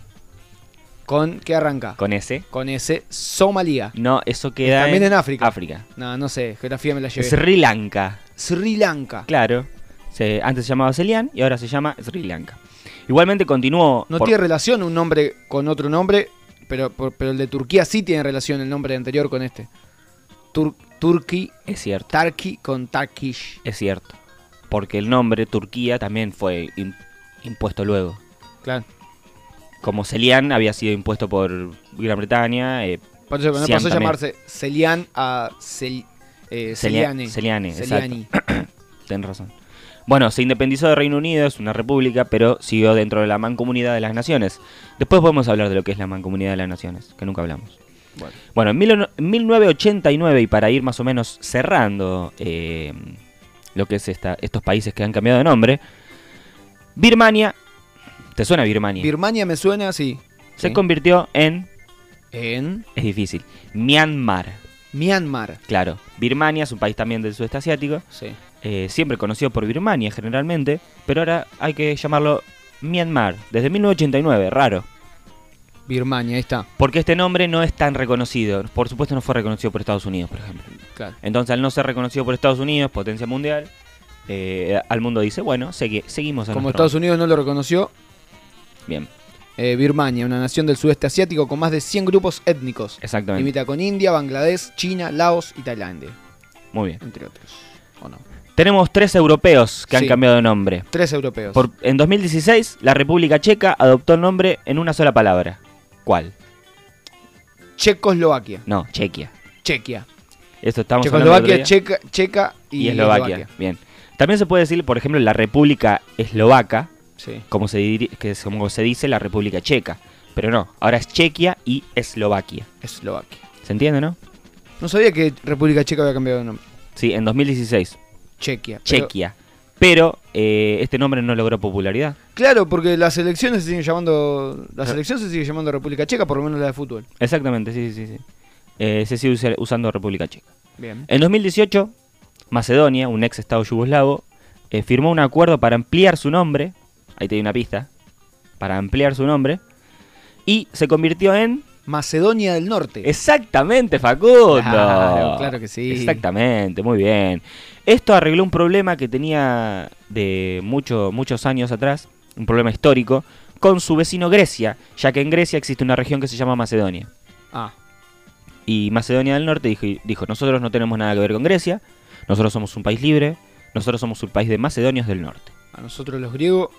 con ¿qué arranca?
con ese.
Con ese Somalia.
No, eso queda
También en África.
África.
No, no sé, geografía me la llevé.
Sri Lanka,
Sri Lanka.
claro. Se- antes se llamaba Celian y ahora se llama Sri Lanka. Igualmente continuó.
No
por-
tiene relación un nombre con otro nombre, pero, por- pero el de Turquía sí tiene relación el nombre anterior con este. Tur Turki,
Es cierto,
Tarki con Turkish.
es cierto. Porque el nombre Turquía también fue im- impuesto luego.
Claro.
Como Celian había sido impuesto por Gran Bretaña, eh,
Por eso no
Siam
pasó a
también.
llamarse Celian a Cel eh,
Celia-
Celiane.
Celiane, exacto.
Celiani.
Ten razón. Bueno, se independizó de Reino Unido, es una república, pero siguió dentro de la mancomunidad de las naciones. Después podemos hablar de lo que es la mancomunidad de las naciones, que nunca hablamos. Bueno, en mil- en 1989, y para ir más o menos cerrando eh, lo que es esta, estos países que han cambiado de nombre, Birmania, ¿te suena Birmania?
Birmania me suena así.
se
sí.
convirtió en,
En
es difícil, Myanmar.
Myanmar.
Claro, Birmania es un país también del sudeste asiático.
Sí.
eh, siempre conocido por Birmania generalmente, pero ahora hay que llamarlo Myanmar, desde 1989, raro,
Birmania, ahí está.
porque este nombre no es tan reconocido, por supuesto no fue reconocido por Estados Unidos, por ejemplo.
Claro.
Entonces al no ser reconocido por Estados Unidos, potencia mundial, eh, al mundo dice, bueno, segui- seguimos a
Como
nuestro-
Estados Unidos no lo reconoció,
Bien,
eh, Birmania, una nación del sudeste asiático con más de 100 grupos étnicos.
exactamente.
Limita con India, Bangladesh, China, Laos y Tailandia,
Muy bien.
entre otros. ¿O no?
Tenemos tres europeos que
Sí.
han cambiado de nombre.
Tres europeos.
Por- en 2016, la República Checa adoptó el nombre en una sola palabra. ¿Cuál?
Checoslovaquia,
No, Chequia.
Chequia.
Esto estamos hablando el
Checoslovaquia,
otro día.
Checa, Checa y,
y, Eslovaquia. Bien. También se puede decir, por ejemplo, la República Eslovaca,
Sí.
como se, diri- que es como se dice la República Checa. Pero no, ahora es Chequia y Eslovaquia.
Eslovaquia.
¿Se entiende, no?
No sabía que República Checa había cambiado de nombre.
Sí, en 2016,
Chequia. pero-
Chequia. Pero eh, este nombre no logró popularidad.
Claro, porque las elecciones se siguen llamando. La
Claro.
selección se sigue llamando República Checa, por lo menos la de fútbol.
Exactamente, sí, sí, sí. sí. Eh, se sigue usa- usando República Checa.
Bien.
En 2018, eh, Macedonia, un ex estado yugoslavo, eh, firmó un acuerdo para ampliar su nombre ahí te di una pista, para ampliar su nombre. Y se convirtió en...
Macedonia del Norte.
Exactamente, Facundo.
Claro, claro que sí.
Exactamente, muy bien. Esto arregló un problema que tenía de mucho- muchos años atrás, un problema histórico, con su vecino Grecia, ya que en Grecia existe una región que se llama Macedonia.
Ah,
Y Macedonia del Norte dijo, dijo, nosotros no tenemos nada que ver con Grecia, nosotros somos un país libre, nosotros somos un país de Macedonios del Norte.
a nosotros los griegos.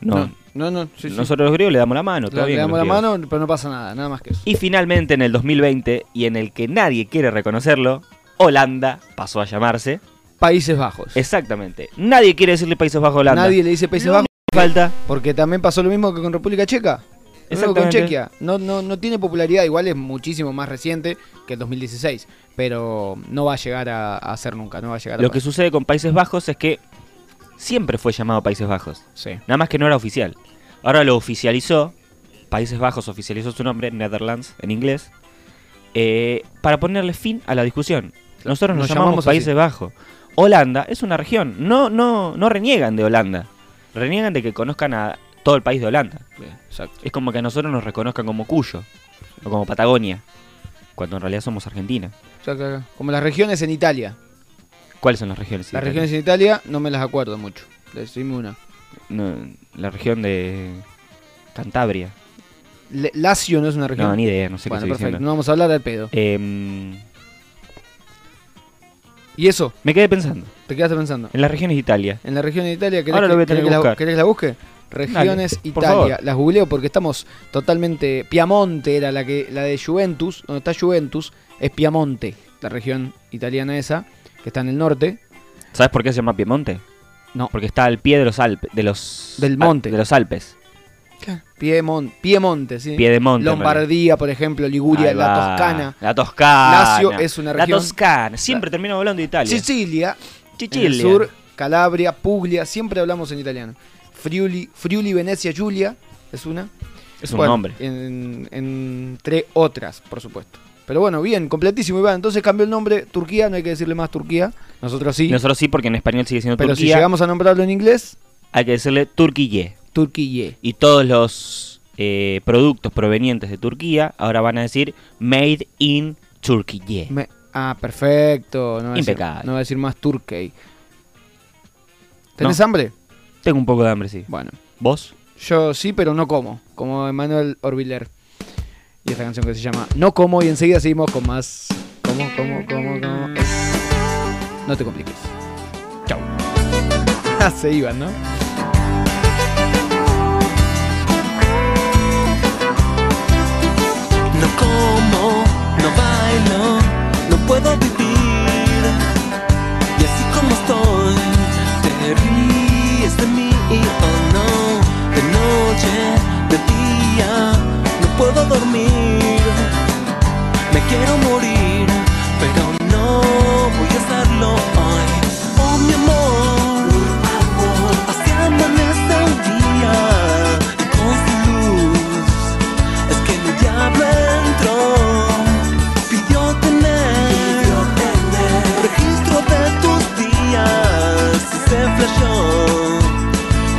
No,
no, no. sí, sí.
nosotros los griegos le damos la mano, todo
Le-
bien
le
con
damos
los
la
griegos.
mano, pero no pasa nada, nada más que eso.
Y finalmente en el 2020, y en el que nadie quiere reconocerlo, Holanda pasó a llamarse.
Países Bajos.
Exactamente. Nadie quiere decirle Países Bajos a Holanda.
Nadie le dice Países
Lo
Bajos.
único que falta.
Porque también pasó lo mismo que con República Checa. Lo mismo que Con
Exactamente.
Chequia. No, no, no tiene popularidad, igual es muchísimo más reciente que el 2016. Pero no va a llegar a, a ser nunca, no va a llegar a
Lo que
pasar.
sucede con Países Bajos es que siempre fue llamado Países Bajos.
Sí.
Nada más que no era oficial. Ahora lo oficializó. Países Bajos oficializó su nombre, Netherlands en inglés. eh, para ponerle fin a la discusión. Nosotros
Nos
nos, llamamos,
llamamos así.
Países Bajos. Holanda es una región. No, no, no reniegan de Holanda. Reniegan de que conozcan a todo el país de Holanda.
Exacto.
Es como que a nosotros nos reconozcan como Cuyo o como Patagonia, cuando en realidad somos Argentina.
Exacto, claro. Como las regiones en Italia.
¿Cuáles son las regiones?
Las regiones en Italia no me las acuerdo mucho. Decime una.
No, la región de Cantabria.
Le- Lazio no es una región.
No, ni idea, no sé
bueno,
qué
perfecto,
estoy
no
diciendo.
vamos a hablar al pedo.
Em,
Y eso,
me quedé pensando,
te quedaste pensando.
en las regiones de Italia.
En la región de Italia, ¿querés,
Ahora
que,
lo voy a
querés
tener que
que la,
buscar.
querés que la busque? Regiones
Dale, por
Italia.
favor.
Las googleo porque estamos totalmente. Piamonte era la que la de Juventus. Donde está Juventus es Piamonte, la región italiana esa, que está en el norte.
¿Sabes por qué se llama Piemonte?
No.
Porque está al pie de los Alpes. De los,
Del
ah,
monte.
de los Alpes.
Piemon- Piemonte, sí.
Pie de monte. en realidad.
Lombardía, por ejemplo, Liguria,
Ahí
la
va.
Toscana,
La Toscana.
Lazio es una región-
La Toscana. Siempre termino hablando de Italia.
Sicilia, en el
Sicilia.
sur, Calabria, Puglia, siempre hablamos en italiano. Friuli, Friuli, Venecia, Giulia, es una.
Es un
Bueno,
nombre.
en- entre otras, por supuesto. Pero bueno, bien, completísimo, Iván. Entonces cambió el nombre Turquía, no hay que decirle más Turquía. Nosotros sí.
Nosotros sí, porque en español sigue siendo
pero si
Turquía.
llegamos a nombrarlo en inglés,
Hay que decirle Turquille.
Turquille.
Y todos los eh, productos provenientes de Turquía ahora van a decir Made in Turquille.
Me- ah, perfecto. No va a decir-
Impecable.
no va a decir más Turkey. ¿Tenés
No.
hambre?
Tengo un poco de hambre, sí.
Bueno,
¿Vos?
yo sí, pero no como. Como Emanuel Orviller. Y esta canción que se llama No como y enseguida seguimos con más... Como, como, como, como... No te compliques. Chau. <laughs> se iban, ¿no?
No como, no bailo, no puedo vivir. Y así como estoy, te ríes de mí, oh no. De noche, de día, no puedo dormir. Me quiero morir, pero no voy a hacerlo hoy. Oh mi amor, así amanece un día y con su luz. Es que el diablo entró, pidió tener registro de tus días y se flashó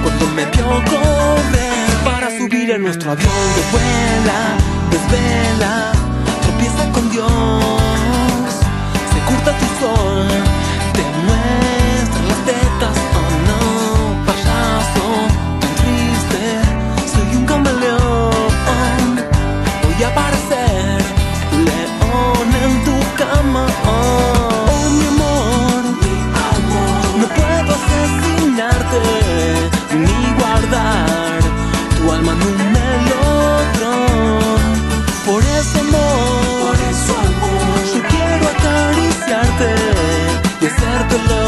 cuando me vio correr para subir a nuestro avión que vuela, desvela, tropieza con Dios, se curta tu sol, te muestra las tetas, oh no, payaso, tan triste, soy un camaleón, voy a aparecer, un león en tu cama, oh mi amor, no puedo asesinarte ni guardar tu alma en un melotron. Por eso amor, yo quiero acariciarte y hacértelo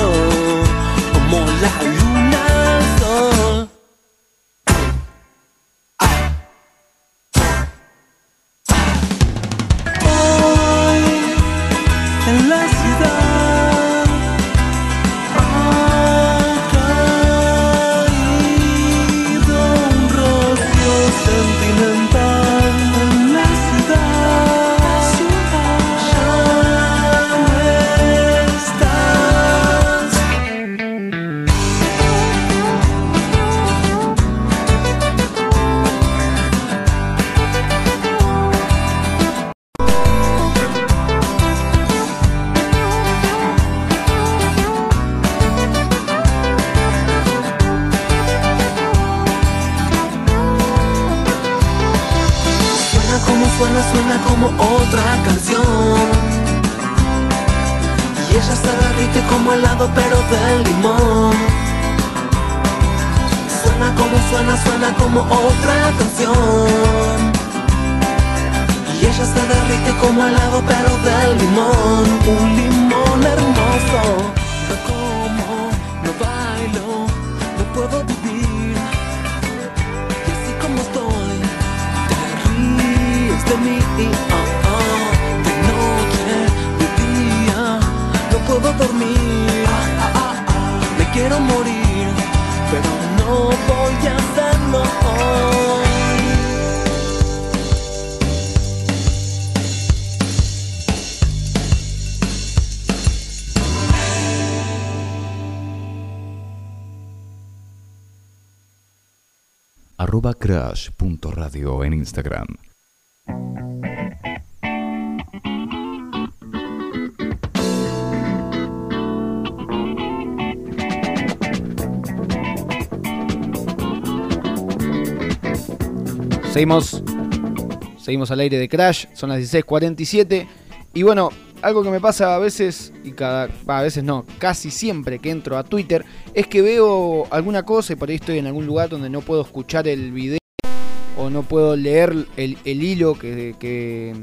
Como suena, suena como otra canción. Y ella se derrite como helado, pero del limón. Suena como suena, suena como otra canción. Y ella se derrite como helado, pero del limón. Un limón hermoso. No como, no bailo, no puedo vivir. Y así como estoy, te ríes de mí. Oh, oh. De noche, de día, no puedo dormir. Ah, ah, ah, ah. Me quiero morir, pero no voy a hacerlo hoy.
Arroba crash.radio en Instagram.
Seguimos. Seguimos al aire de Crash. Son las 16.47. Y bueno, algo que me pasa a veces, y cada. bah, a veces no, casi siempre que entro a Twitter, es que veo alguna cosa y por ahí estoy en algún lugar donde no puedo escuchar el video o no puedo leer el, el hilo que, que,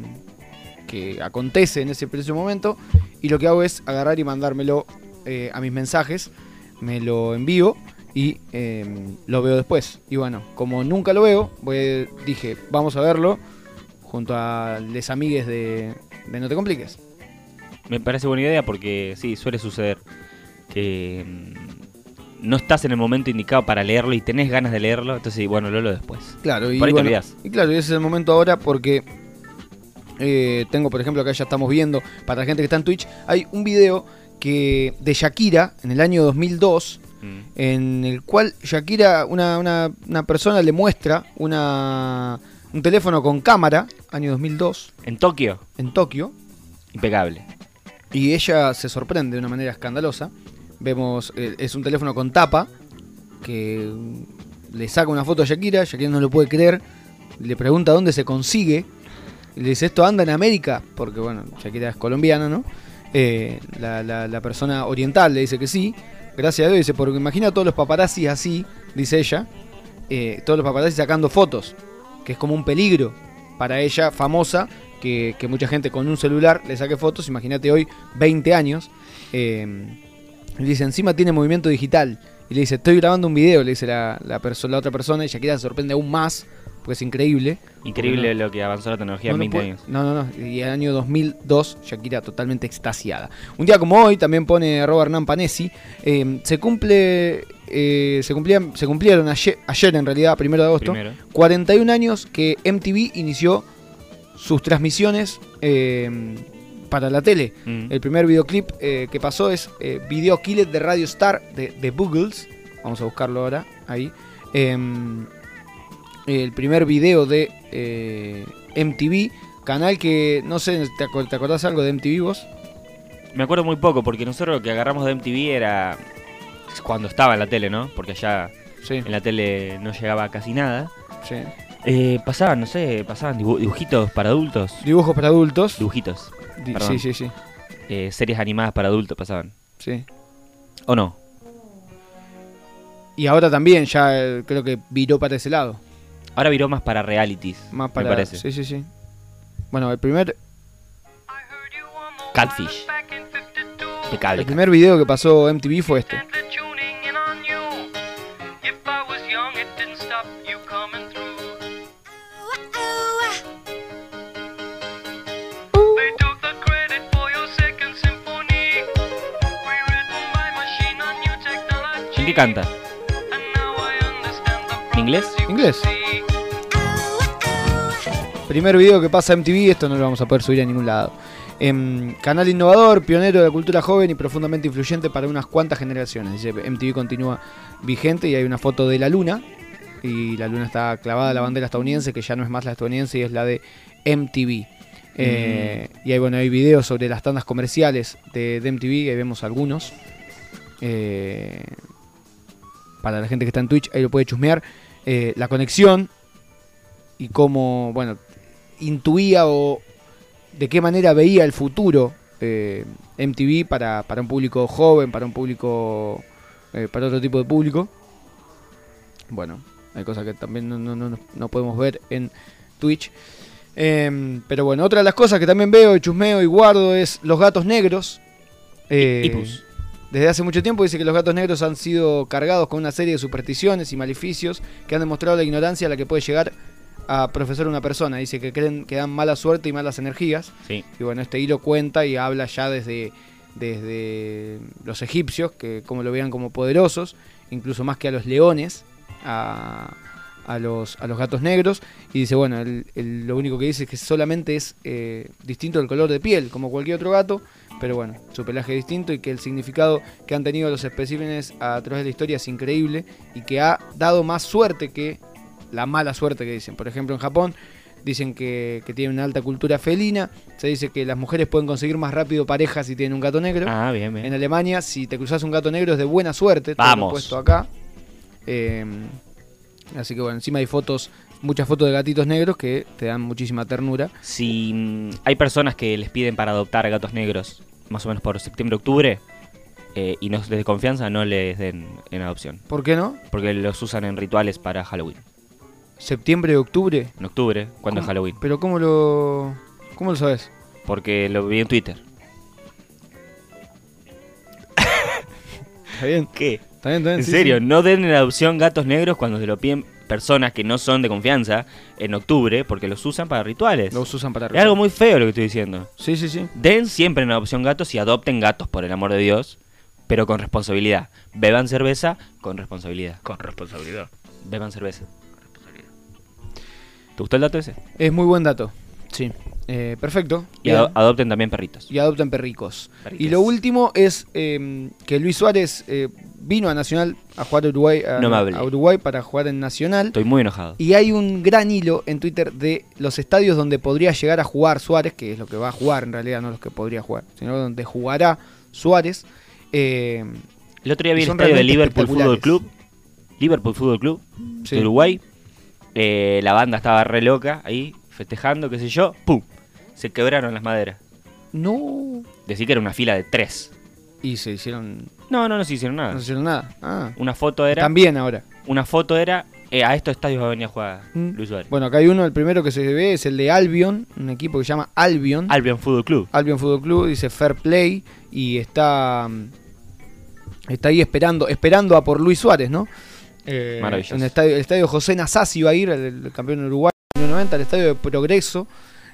que acontece en ese preciso momento. Y lo que hago es agarrar y mandármelo eh, a mis mensajes. Me lo envío y eh, lo veo después. Y bueno, como nunca lo veo, voy- dije, vamos a verlo junto a les amigues de, de No Te Compliques.
Me parece buena idea porque sí, suele suceder que mm, no estás en el momento indicado para leerlo y tenés ganas de leerlo, entonces sí, bueno, lo leo después.
Claro, y,
Por ahí
bueno,
te olvidás.
y claro, ese es el momento ahora porque eh, tengo, por ejemplo, acá ya estamos viendo, para la gente que está en Twitch, hay un video que de Shakira en el año 2002, en el cual Shakira, una, una- una persona le muestra una, un teléfono con cámara, año 2002,
En Tokio,
en Tokio,
impecable.
Y ella se sorprende de una manera escandalosa. Vemos, eh, es un teléfono con tapa que mm, le saca una foto a Shakira. Shakira no lo puede creer. Le pregunta dónde se consigue. y le dice, esto anda en América. Porque, bueno, Shakira es colombiana, ¿no? Eh, la, la- la persona oriental le dice que sí. Gracias a Dios, dice, porque imagina todos los paparazzis así, dice ella. eh, todos los paparazzis sacando fotos. Que es como un peligro para ella, famosa, que, que mucha gente con un celular le saque fotos. Imagínate hoy, 20 años. eh, y le dice, encima tiene movimiento digital. Y le dice, estoy grabando un video, le dice la, la, perso- la otra persona. Y Shakira se sorprende aún más, porque es increíble.
Increíble
Porque no-
lo que avanzó la tecnología
no,
en
no
20
puede-
años.
No, no, no. pues, Y el año 2002, Shakira totalmente extasiada. Un día como hoy, también pone Robert Hernán Panesi, eh, se cumple... eh, se, cumplían, se cumplieron ayer, ayer, en realidad, primero de agosto,
Primero.
41 años que MTV inició sus transmisiones eh, para la tele.
Mm.
El primer videoclip eh, que pasó es eh, Video Killer de Radio Star de, de Boogles. Vamos a buscarlo ahora, ahí. Em, el primer video de eh, MTV, canal que, no sé, ¿te, acu- te acordás algo de MTV vos?
Me acuerdo muy poco porque nosotros lo que agarramos de MTV era cuando estaba en la tele, ¿no? Porque allá
Sí,
en la tele no llegaba casi nada.
sí.
Eh, pasaban, no sé, pasaban dibu- dibujitos para adultos.
Dibujos para adultos.
Dibujitos.
Di- sí,
perdón.
sí, sí,
Eh, series animadas para adultos pasaban.
sí.
¿O no?
Y ahora también, ya eh, creo que viró para ese lado.
Ahora viró más para realities.
Más para,
Me parece.
Sí, sí, sí. Bueno, el primer,
Catfish.
el
Impecable.
primer video que pasó MTV fue este.
¿En qué canta? ¿En inglés?
Inglés. Primer video que pasa MTV, esto no lo vamos a poder subir a ningún lado. Em, canal innovador, pionero de la cultura joven y profundamente influyente para unas cuantas generaciones. Dice, MTV continúa vigente y hay una foto de la luna. Y la luna está clavada a la bandera estadounidense, que ya no es más la estadounidense y es la de MTV. Eh, Y ahí bueno, hay videos sobre las tandas comerciales de, de MTV, ahí vemos algunos. Eh, para la gente que está en Twitch, ahí lo puede chusmear. Eh, la conexión y cómo, bueno, intuía o de qué manera veía el futuro eh, MTV para, para un público joven, para un público, eh, para otro tipo de público. Bueno, hay cosas que también no, no- no- no podemos ver en Twitch. Em, pero bueno, otra de las cosas que también veo, y chusmeo y guardo es los gatos negros. Eh,
Ipus.
desde hace mucho tiempo dice que los gatos negros han sido cargados con una serie de supersticiones y maleficios que han demostrado la ignorancia a la que puede llegar a profesar una persona. Dice que creen que dan mala suerte y malas energías.
Sí.
Y bueno, este hilo cuenta y habla ya desde, desde los egipcios, que como lo veían como poderosos, incluso más que a los leones, a, a los, a los gatos negros. Y dice, bueno, el- el- lo único que dice es que solamente es eh, distinto el color de piel, como cualquier otro gato, pero bueno, su pelaje es distinto y que el significado que han tenido los especímenes a través de la historia es increíble y que ha dado más suerte que la mala suerte que dicen. Por ejemplo, en Japón dicen que, que tiene una alta cultura felina, se dice que las mujeres pueden conseguir más rápido parejas si tienen un gato negro.
Ah, bien, bien.
En Alemania, si te cruzas un gato negro es de buena suerte. todo lo
Vamos.
puesto acá. Eh, así que bueno, encima hay fotos, muchas fotos de gatitos negros que te dan muchísima ternura.
Si mm, hay personas que les piden para adoptar gatos negros, más o menos por septiembre, octubre, eh, y no les de confianza, no les den en adopción.
¿Por qué no?
Porque los usan en rituales para Halloween.
Septiembre, octubre.
En octubre, cuando es
¿Cómo-
Halloween.
Pero ¿cómo lo, cómo lo sabes?
Porque lo vi en Twitter.
¿Está bien?
¿Qué?
¿Está bien? está bien,
En
sí,
serio,
sí.
no den en adopción gatos negros cuando se lo piden personas que no son de confianza en octubre, porque los usan para rituales.
Los usan para
Es algo muy feo lo que estoy diciendo.
Sí, sí, sí.
Den siempre en adopción gatos y adopten gatos, por el amor de Dios, pero con responsabilidad. Beban cerveza con responsabilidad. Con responsabilidad. Beban cerveza. ¿Te gustó el dato ese?
Es muy buen dato. Sí. Eh, perfecto.
Y
Bien.
ado- adopten también perritos.
y adoptan perricos.
Perriques.
Y lo último es eh, que Luis Suárez eh, vino a Nacional a jugar a Uruguay, a,
No me hable.
a Uruguay para jugar en Nacional.
Estoy muy enojado.
Y hay un gran hilo en Twitter de los estadios donde podría llegar a jugar Suárez, que es lo que va a jugar en realidad, no los que podría jugar, sino donde jugará Suárez. Eh,
El otro día vi
Y
el
son
estadio de
realmente
Liverpool Fútbol Club.
espectaculares.
Liverpool Fútbol Club
Sí.
de Uruguay. Eh, la banda estaba re loca ahí, festejando, qué sé yo. ¡Pum! Se quebraron las maderas.
no.
Decí que era una fila de tres.
Y se hicieron.
No, no, no se hicieron nada.
No se hicieron nada. Ah.
Una foto era.
También ahora.
Una foto era. eh, a estos estadios va a venir a jugar
Mm.
Luis Suárez.
Bueno, acá hay uno, el primero que se ve es el de Albion, un equipo que se llama Albion.
Albion Fútbol Club.
Albion Fútbol Club, dice Fair Play y está mm, está ahí esperando esperando a por Luis Suárez, ¿no? Eh,
Maravilloso.
en el, estadio, el estadio José Nasasi va a ir, el, el campeón de Uruguay en el 90, el estadio de Progreso,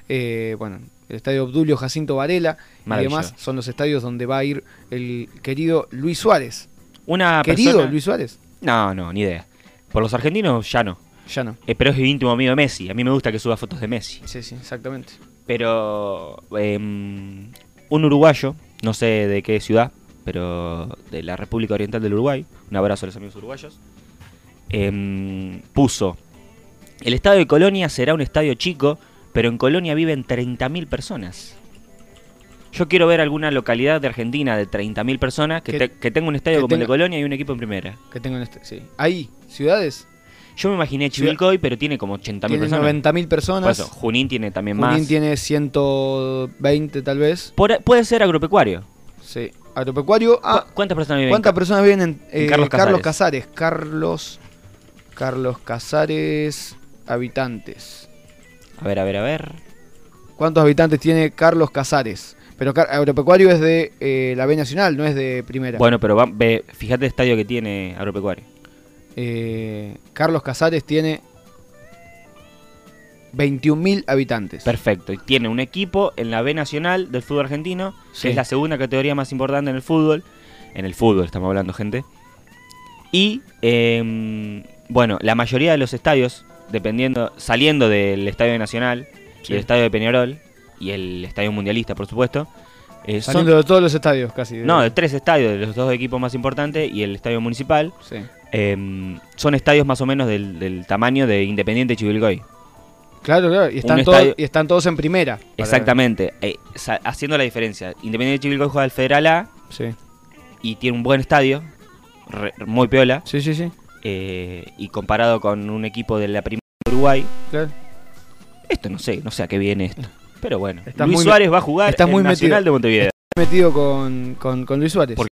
eh, bueno, el estadio Obdulio Jacinto Varela y
Maravilloso.
demás son los estadios donde va a ir el querido Luis Suárez.
Una
¿Querido
persona-
Luis Suárez?
No, no, ni idea. Por los argentinos ya no.
Ya no.
Eh, pero es íntimo amigo de Messi. A mí me gusta que suba fotos de Messi.
Sí, sí, exactamente.
Pero em, un uruguayo, no sé de qué ciudad, pero de la República Oriental del Uruguay, un abrazo a los amigos uruguayos, em, puso, el estadio de Colonia será un estadio chico, pero en Colonia viven 30.000 personas. Yo quiero ver alguna localidad de Argentina de 30.000 personas que,
Que-
te- que tenga un estadio
que
como el de
tenga-
Colonia y un equipo en primera.
Que tengo en este, sí. Ahí, ciudades,
Yo me imaginé Chivilcoy, pero tiene como 80.000
tiene
personas.
90.000
Por
personas.
eso, Junín tiene también
Junín
más.
tiene 120 tal vez.
Por- puede ser agropecuario.
Sí. Agropecuario. Ah,
¿Cu- ¿Cuántas personas viven? en
¿Cuántas
Ca-
personas viven en,
en
eh,
Carlos
Carlos,
Casares?
Casares? Carlos Carlos Casares habitantes.
A ver, a ver, a ver.
¿Cuántos habitantes tiene Carlos Casares? Pero Car- Agropecuario es de eh, la B Nacional, no es de primera.
Bueno, pero va- ve, fíjate el estadio que tiene Agropecuario.
Eh, Carlos Casares tiene 21.000 habitantes.
Perfecto. Y tiene un equipo en la B Nacional del fútbol argentino,
Sí.
que es la segunda categoría más importante en el fútbol. En el fútbol estamos hablando, gente. Y, em, bueno, la mayoría de los estadios, dependiendo, saliendo del estadio Nacional, y el estadio de Peñarol, y el estadio mundialista, por supuesto, eh, son-
Saliendo de todos los estadios casi. de-
No, de tres estadios, de los dos equipos más importantes y el estadio municipal.
Sí.
em, son estadios más o menos del, del tamaño de Independiente Chivilcoy.
Claro, claro. Y están,
Un
todos,
estadio-
y están todos en primera. para-
Exactamente, eh, sa- haciendo la diferencia. Independiente Chivilcoy juega al Federal A
Sí.
y tiene un buen estadio, re- muy piola,
sí, sí, sí.
eh, y comparado con un equipo de la primera de Uruguay,
Claro.
Esto no sé, no sé a qué viene esto. Pero bueno,
Estás
Luis
muy-
Suárez va a jugar
estás
en
muy
Nacional
metido.
de Montevideo.
metido con, con, con Luis Suárez.
Porque-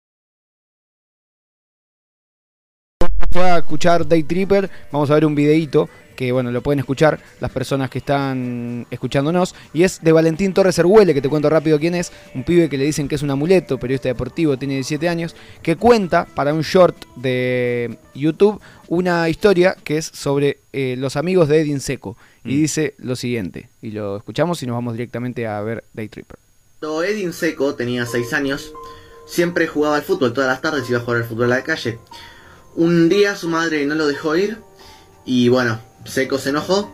Fue a escuchar Day Tripper, vamos a ver un videíto que bueno, lo pueden escuchar las personas que están escuchándonos. Y es de Valentín Torres Erguele, que te cuento rápido quién es, un pibe que le dicen que es un amuleto, periodista deportivo, tiene 17 años, que cuenta para un short de YouTube una historia que es sobre eh, los amigos de Edin Seco. Y
Mm.
dice lo siguiente, y lo escuchamos y nos vamos directamente a ver Day Tripper.
Cuando Edin Seco tenía 6 años, siempre jugaba al fútbol, todas las tardes iba a jugar al fútbol a la calle. Un día su madre no lo dejó ir y bueno, Seco se enojó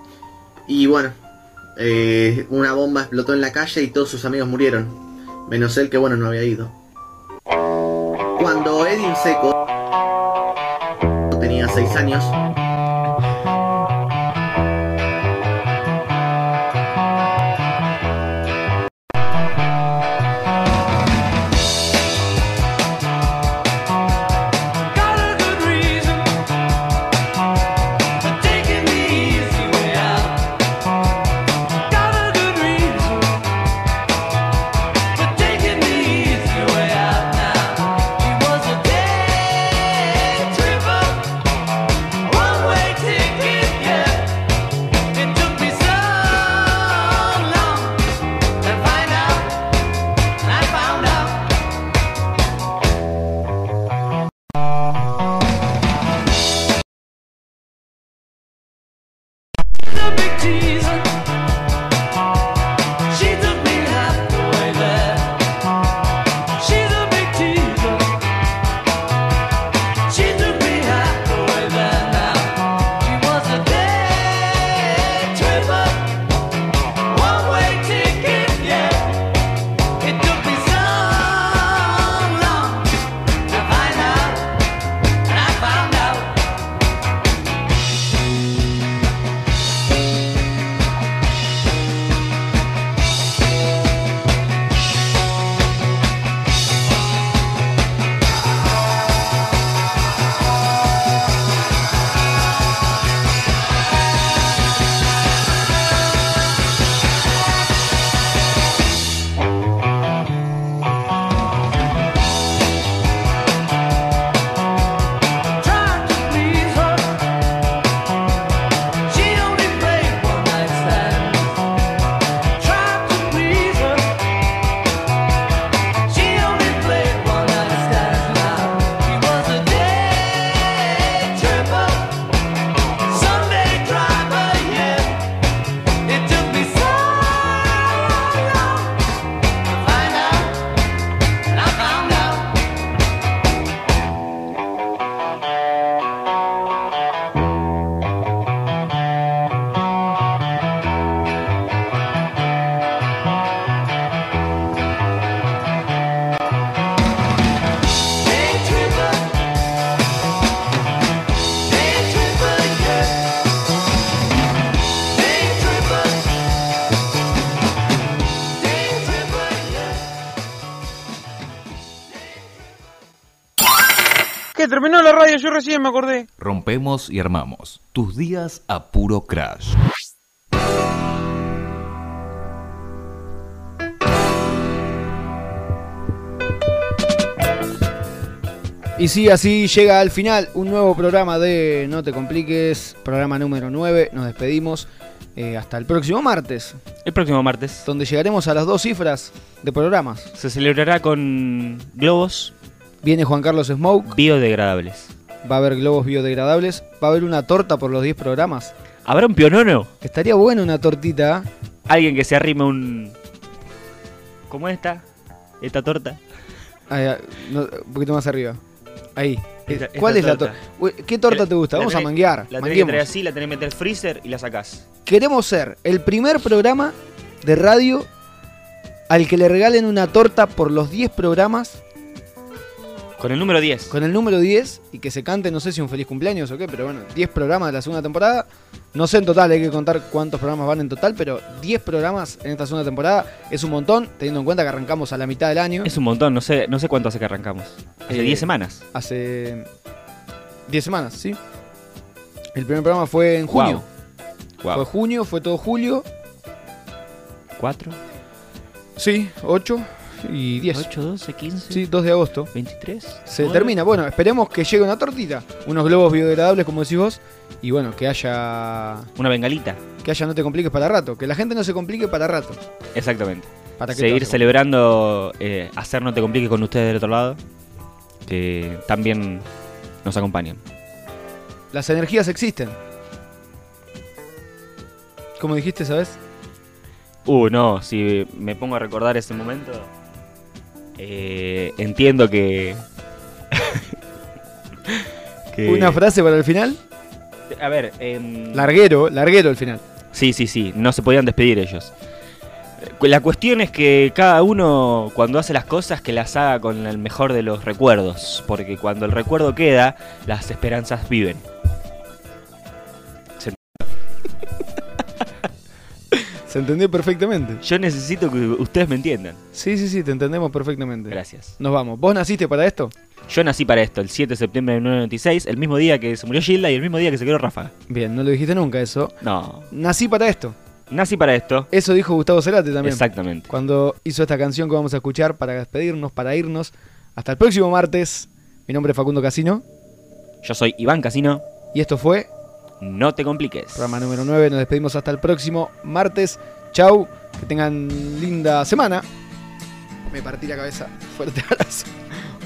y bueno, eh, una bomba explotó en la calle y todos sus amigos murieron, menos él que bueno no había ido. Cuando Edin Seco tenía 6 años,
¿Qué? Terminó la radio, yo recién me acordé.
Rompemos y armamos. Tus días a puro crash.
Y sí, así llega al final un nuevo programa de No te compliques, programa número 9. Nos despedimos eh, hasta el próximo martes,
El próximo martes
donde llegaremos a las dos cifras de programas.
se celebrará con globos
Viene Juan Carlos Smoke,
biodegradables.
va a haber globos biodegradables, va a haber una torta por los 10 programas.
¿Habrá un pionono?
Estaría buena una tortita. ¿eh?
Alguien que se arrime un... ¿Cómo esta? Esta torta.
Ahí, ah, no, un poquito más arriba. Ahí.
Esta-
Eh, ¿Cuál es
esta
la torta? Uy, ¿Qué torta te gusta?
La
Vamos a
tenés-
manguear.
La tenés que
manguemos.
traer así, la tenés que meter al freezer y la sacás.
Queremos ser el primer programa de radio al que le regalen una torta por los 10 programas
Con el número 10.
con el número 10 y que se cante, no sé si un feliz cumpleaños o qué, pero bueno, 10 programas de la segunda temporada. No sé en total, hay que contar cuántos programas van en total, pero 10 programas en esta segunda temporada es un montón, teniendo en cuenta que arrancamos a la mitad del año,
Es un montón, no sé, no sé cuánto hace que arrancamos. Hace
Eh,
10 semanas.
hace 10 semanas, ¿sí? El primer programa fue en junio.
Wow.
Fue junio, fue todo julio
¿Cuatro?
Sí, 8 y 10.
8, 12, 15.
Sí, 2 de agosto.
23.
Se termina. Bueno, esperemos que llegue una tortita, unos globos biodegradables, como decís vos, y bueno, que haya.
Una bengalita.
Que haya no te compliques para rato. Que la gente no se complique para rato.
Exactamente.
¿Para qué te
Seguir
hace?
celebrando, eh, hacer no te compliques con ustedes del otro lado, que también nos acompañan.
Las energías existen. Como dijiste, ¿sabes?
Uh, no, si me pongo a recordar ese momento, eh, entiendo que... <laughs> que-
Una frase para el final.
A ver, em,
Larguero, larguero el final.
Sí, sí, sí, no se podían despedir ellos. Cu- La cuestión es que cada uno cuando hace las cosas que las haga con el mejor de los recuerdos, porque cuando el recuerdo queda, las esperanzas viven. Se-
Se entendió perfectamente.
Yo necesito que ustedes me entiendan.
Sí, sí, sí, te entendemos perfectamente.
Gracias.
Nos vamos. ¿Vos naciste para esto?
Yo nací para esto, el 7 de septiembre de 1996, el mismo día que se murió Gilda y el mismo día que se quedó Rafa.
Bien, no lo dijiste nunca eso.
No,
Nací para esto.
nací para esto.
Eso dijo Gustavo Cerati también.
Exactamente.
Cuando hizo esta canción que vamos a escuchar para despedirnos, para irnos. Hasta el próximo martes. Mi nombre es Facundo Casino
Yo soy Iván Casino,
y esto fue
no te compliques.
programa número 9. Nos despedimos hasta el próximo martes. Chau, que tengan linda semana. Me partí la cabeza. <laughs> Fuerte abrazo.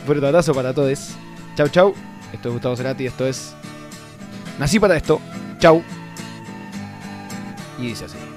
Fuerte abrazo para todos. Chau, chau. Esto es Gustavo Cerati, esto es Nací para esto. Chau. Y dice así.